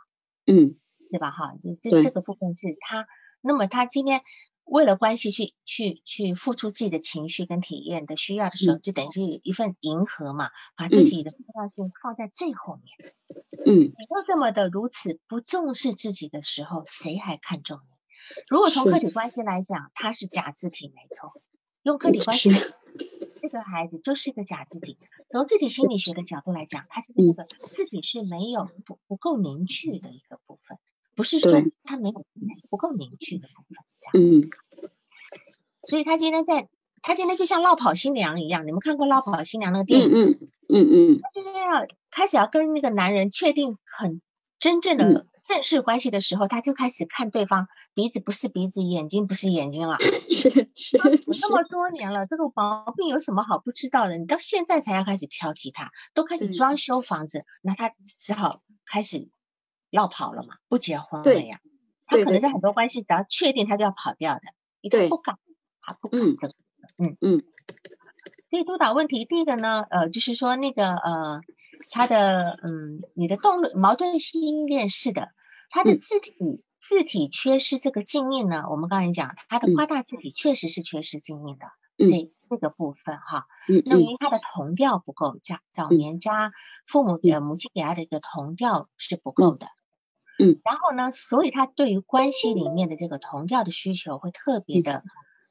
B: 嗯
A: 对吧？哈，这这
B: 对
A: 这个部分是他，那么他今天为了关系去去去付出自己的情绪跟体验的需要的时候，就等于是一份迎合嘛，把自
B: 嗯
A: 己的重要性放在最后面。
B: 嗯，
A: 你都这么的如此不重视自己的时候，谁还看重你？如果从
B: 是
A: 客体关系来讲，它是假字体没错，用客体关系
B: 是
A: 来讲这个孩子就是一个假字体。从字体心理学的角度来讲，它就是那
B: 嗯
A: 个字体是没有不不够凝聚的一个部分，不是说
B: 对
A: 它没有不够凝聚的部分。这样
B: 嗯
A: 所以他今天在，他今天就像落跑新娘一样，你们看过《落跑新娘》那个电影？
B: 嗯嗯嗯嗯，
A: 就是要开始要跟那个男人确定很真正的
B: 嗯
A: 正式关系的时候，他就开始看对方鼻子不是鼻子，眼睛不是眼睛了。
B: 是是
A: 我
B: 是
A: 这，啊么多年了，这个毛病有什么好不知道的？你到现在才要开始挑剔他，都开始
B: 嗯
A: 装修房子，那他只好开始绕跑了嘛，不结婚了
B: 对
A: 呀。他
B: 对
A: 可
B: 对
A: 能在很多关系，只要确定他就要跑掉的，因为
B: 对
A: 他不敢，他不敢
B: 嗯
A: 这个嗯
B: 嗯。
A: 所以督导问题，第一个呢，呃，就是说那个呃，他的嗯，你的动论矛盾性应链式的，它的
B: 嗯
A: 字体、字体缺失这个静音呢，我们刚才讲，它的
B: 嗯
A: 夸大字体确实是缺失静音的，
B: 嗯
A: 这这个部分哈，
B: 嗯
A: 那么因
B: 嗯
A: 为它的同调不够，家早
B: 嗯
A: 年家父母
B: 嗯
A: 呃母亲给他的一个同调是不够的。
B: 嗯，
A: 然后呢，所以他对于关系里面的这个同调的需求会特别
B: 嗯
A: 的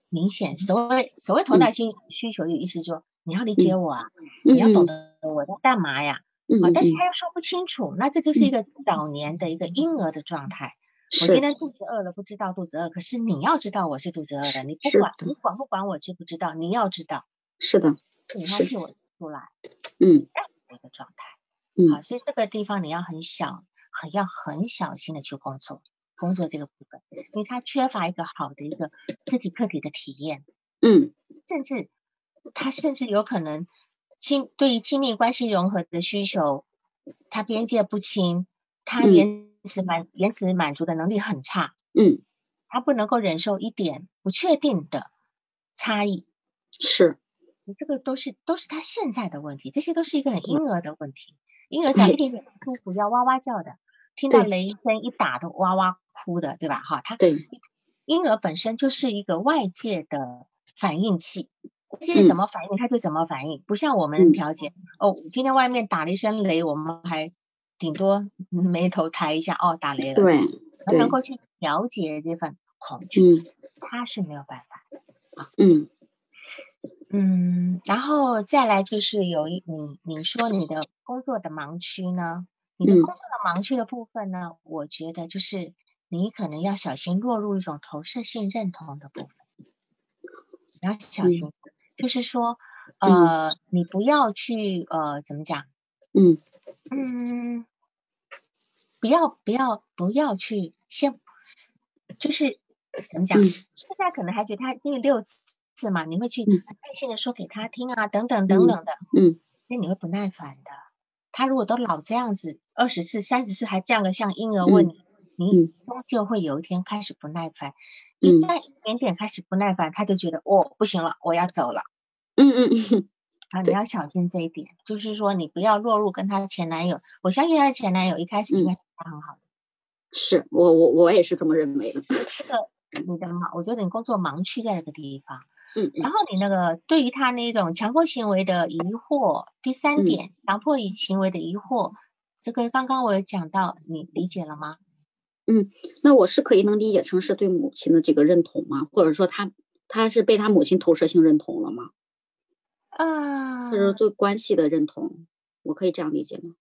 A: 明显。所谓所谓同
B: 嗯
A: 调需需求，有意思说你要理解我啊，你要懂
B: 嗯
A: 得我在干嘛呀？
B: 嗯
A: 啊，但是
B: 嗯，
A: 他又说不清楚，那这就是一个早年的一个婴儿的状态。我今
B: 是
A: 天肚子饿了，不知道肚子饿，可是你要知道我是肚子饿的，你不
B: 是
A: 管
B: 的
A: 你管不管我知不知道，你要知道，
B: 是的，
A: 你要
B: 是
A: 替我出来这
B: 嗯
A: 样的一个状态。好，
B: 嗯
A: 所以这个地方你要很小，很要很小心的去工作，工作这个部分，因为它缺乏一个好的一个自体客体的体验，
B: 嗯
A: 甚至他甚至有可能亲对于亲密关系融合的需求，他边界不清，他
B: 嗯
A: 延迟满延迟满足的能力很差，
B: 嗯
A: 他不能够忍受一点不确定的差异，
B: 是，
A: 这个都是都是他现在的问题，这些都是一个很婴儿的问题。婴儿只要一
B: 嗯对
A: 点点不舒服要哇哇叫的，听到
B: 对
A: 雷声一打都哇哇哭的，对吧？哈，他
B: 对
A: 婴儿本身就是一个外界的反应器，外界
B: 嗯
A: 怎么反应他就怎么反应，不像我们
B: 嗯
A: 调节、哦，今天外面打了一声雷，我们还顶多嗯眉头抬一下，哦，打雷了，
B: 对
A: 而能
B: 对，
A: 够去调节这份恐惧，
B: 嗯
A: 他是没有办法。
B: 嗯
A: 嗯，然后再来就是有一你你说你的工作的盲区呢，你的
B: 嗯
A: 工作的盲区的部分呢，我觉得就是你可能要小心落入一种投射性认同的部分，你要小
B: 嗯
A: 心，就是说，
B: 嗯
A: 呃，你不要去呃怎么讲，
B: 嗯
A: 嗯，不要不要不要去先，就是怎么讲？
B: 嗯
A: 现在可能还觉得他经历六次嘛，你会去
B: 嗯
A: 很耐心的说给他听啊，等等等
B: 嗯
A: 等的，
B: 嗯
A: 那你会不耐烦的。他如果都老这样子，二十次、三十次还这样的像婴儿问你，你
B: 嗯
A: 终究会有一天开始不耐烦。一
B: 嗯
A: 旦一点点开始不耐烦，他就觉得哦不行了，我要走了。
B: 嗯嗯
A: 啊，你
B: 对
A: 要小心这一点，就是说你不要落入跟她的前男友。我相信她的前男友一开始应
B: 嗯
A: 该对她很好。
B: 是我我我也是这么认为的，
A: 你的盲，我觉得你工作盲区在这个地方。
B: 嗯嗯
A: 然后你那个对于他那种强迫行为的疑惑，第三
B: 嗯
A: 点，强迫行为的疑惑，这个刚刚我有讲到，你理解了吗？
B: 那我是可以能理解成是对母亲的这个认同吗？或者说他他是被他母亲投射性认同了吗？
A: 啊、
B: 或者说对关系的认同，我可以这样理解吗？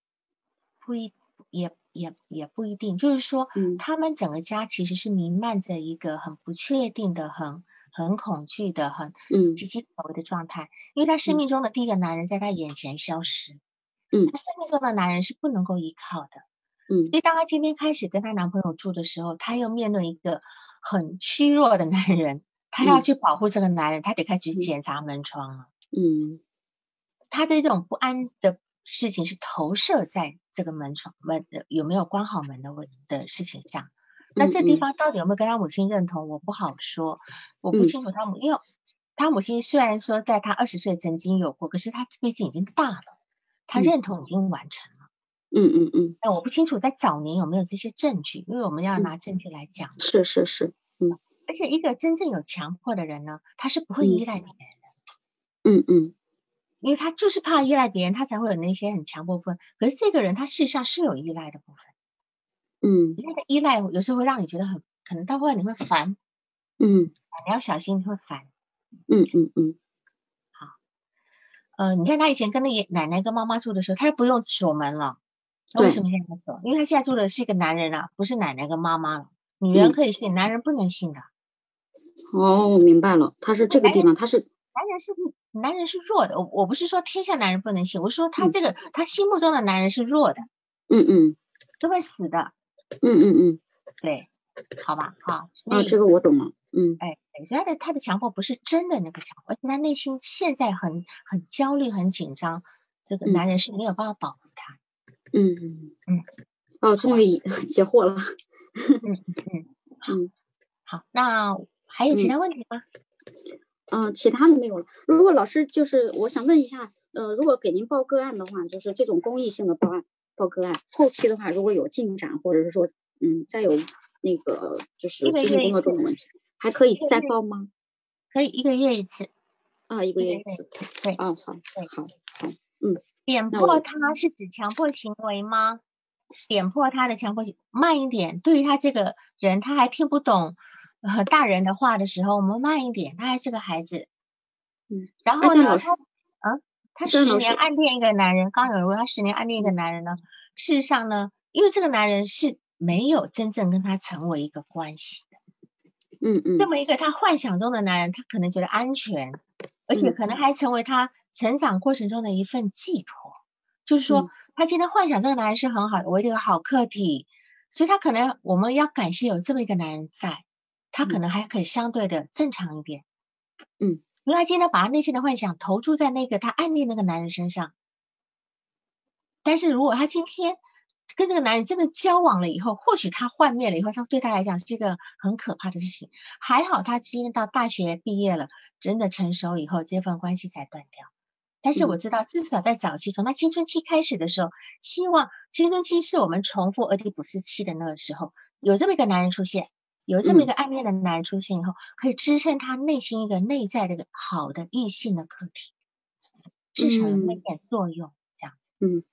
A: 不一也也也不一定，就是说
B: 嗯
A: 他们整个家其实是弥漫着一个很不确定的、很很恐惧的、很
B: 嗯
A: 岌岌可危的状态，因为他生
B: 嗯
A: 命中的第一个男人在他眼前消失，
B: 嗯
A: 他生命中的男人是不能够依靠的。
B: 嗯
A: 所以当她今天开始跟她男朋友住的时候，她又面对一个很虚弱的男人，他要去保护这个男人，他得开始检查门窗了。
B: 嗯
A: 他的这种不安的事情是投射在这个门窗门呃有没有关好门的问的事情上。
B: 嗯
A: 那这地方到底有没有跟他母亲认同，我不好说，我
B: 嗯
A: 不清楚他母，因为他母亲虽然说在他二十岁曾经有过，可是他毕竟已经大了，他
B: 嗯
A: 认同已经完成了。
B: 嗯嗯嗯，
A: 但我不清楚在早年有没有这些证据，因为我们要
B: 嗯
A: 拿证据来讲。
B: 是是是，
A: 而且一个真正有强迫的人呢，他是不会
B: 嗯
A: 依赖别人的，
B: 嗯嗯
A: 因为他就是怕依赖别人，他才会有那些很强迫部分。可是这个人他事实上是有依赖的部分，
B: 嗯
A: 那个依赖有时候会让你觉得很，可能到后来你会烦，
B: 嗯
A: 你要小心你会烦。
B: 嗯嗯嗯，
A: 呃，你看他以前跟那爷奶奶跟妈妈住的时候，他不用锁门了。那为
B: 对
A: 什么现在要锁？因为他现在住的是一个男人啊，不是奶奶跟妈妈了。女人
B: 嗯
A: 可以信，男人不能信的。
B: 哦，明白了，他是这
A: 哎
B: 个地方，他是
A: 男人是男人是弱的。我我不是说天下男人不能信，我是说他
B: 嗯
A: 这个、他心目中的男人是弱的，
B: 嗯嗯
A: 都会死的。
B: 嗯嗯
A: 对，好吧，好，
B: 嗯，
A: 所
B: 啊，
A: 以、
B: 这个我懂了，嗯
A: 哎，对所以他的他的强迫不是真的那个强迫，而且他内心现在很很焦虑、很紧张，这个
B: 嗯
A: 男人是没有办法保护他。
B: 嗯
A: 嗯，
B: 哦，终于 解惑了，
A: 好，那还有其
B: 嗯
A: 他问题吗？
B: 嗯，其他的没有了。如果老师就是我想问一下，呃，如果给您报个案的话，就是这种公益性的报案报个案，后期的话如果有进展，或者是说嗯再有那个就是
A: 一个
B: 咨询
A: 月一
B: 工作中的问题，还可以
A: 一个
B: 再
A: 月
B: 报吗？
A: 可以一个月一次，
B: 啊，一个
A: 一个
B: 月一
A: 月
B: 次。
A: 对
B: 啊，好，好，好。
A: 点
B: 那
A: 破
B: 我
A: 他是指强迫行为吗？点破他的强迫行，慢一点。对于他这个人，他还听不懂呃大人的话的时候，我们慢一点。他还是个孩子。
B: 嗯。
A: 然
B: 哎
A: 后
B: 但
A: 呢，
B: 老
A: 他嗯，他
B: 但
A: 十
B: 老
A: 年
B: 师
A: 暗恋一个男人，刚有人问他十年暗恋一个男人呢，事实上呢，因为这个男人是没有真正跟他成为一个关系。
B: 嗯嗯
A: 这么一个他幻想中的男人，他可能觉得安全，而且
B: 嗯
A: 可能还成为他成长过程中的一份寄托。就是说，
B: 嗯
A: 他今天幻想这个男人是很好的，我一定有好客体，所以他可能我们要感谢有这么一个男人在，他可
B: 嗯
A: 能还可以相对的正常一点。
B: 嗯，
A: 因为他今天把他内心的幻想投注在那个他暗恋那个男人身上，但是如果他今天跟这个男人真的交往了以后，或许他幻灭了以后，他对他来讲是一个很可怕的事情。还好他今天到大学毕业了，真的成熟以后，这份关系才断掉。但是我
B: 嗯
A: 知道，至少在早期，从他青春期开始的时候，希望青春期是我们重复俄狄浦斯期的那个时候，有这么一个男人出现，有这么一
B: 嗯
A: 个暗恋的男人出现以后，可以支撑他内心一个内在的一个好的异性的客体，至少有那么一
B: 嗯
A: 点作用，这样子。
B: 嗯。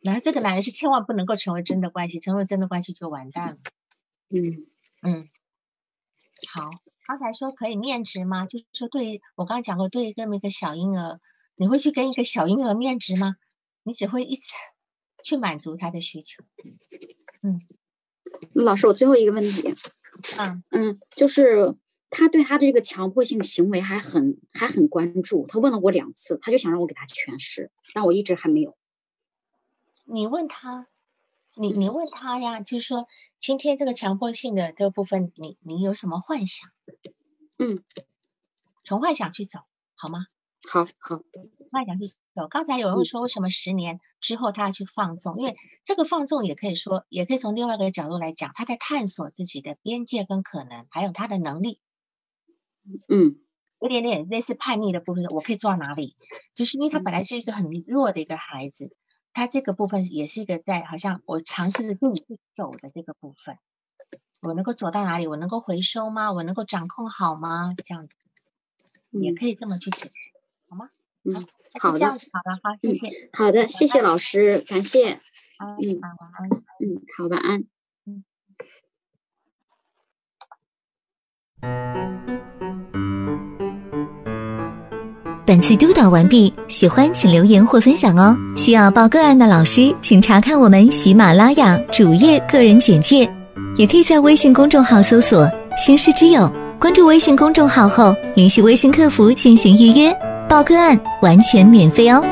A: 然后这个男人是千万不能够成为真的关系，成为真的关系就完蛋了。
B: 嗯
A: 嗯，好，刚才说可以面值吗？就是说对于我刚刚讲过，对于这么一个小婴儿，你会去跟一个小婴儿面值吗？你只会一直 去满足他的需求。
B: 那老师，我最后一个问题，
A: 嗯，
B: 嗯，就是他对他这个强迫性行为还很还很关注，他问了我两次，他就想让我给他诠释，但我一直还没有。
A: 你问他，你你
B: 嗯
A: 问他呀，就是说今天这个强迫性的这个部分，你你有什么幻想？
B: 嗯，
A: 从幻想去走，好吗？
B: 好好，
A: 幻想去走。刚才有人会
B: 嗯
A: 说，为什么十年之后他要去放纵？因为这个放纵也可以说，也可以从另外一个角度来讲，他在探索自己的边界跟可能，还有他的能力，
B: 嗯
A: 有点点类似叛逆的部分。我可以做到哪里？就是因为他本来
B: 嗯
A: 是一个很弱的一个孩子，他这个部分也是一个在好像我尝试着自己去走的这个部分。我能够走到哪里？我能够回收吗？我能够掌控好吗？这样子也
B: 嗯
A: 可以这么去解释。好
B: 嗯，
A: 那
B: 好
A: 就
B: 的
A: 这样子好了，好，谢
B: 嗯
A: 谢。
B: 好的，谢谢老师，感谢，
A: 好，晚
B: 嗯
A: 安，晚安。
B: 嗯，好，晚安。
C: 本次督导完毕，喜欢请留言或分享哦。需要报个案的老师，请查看我们喜马拉雅主页个人简介，也可以在微信公众号搜索“星师之友”，关注微信公众号后，联系微信客服进行预约，报个案完全免费哦。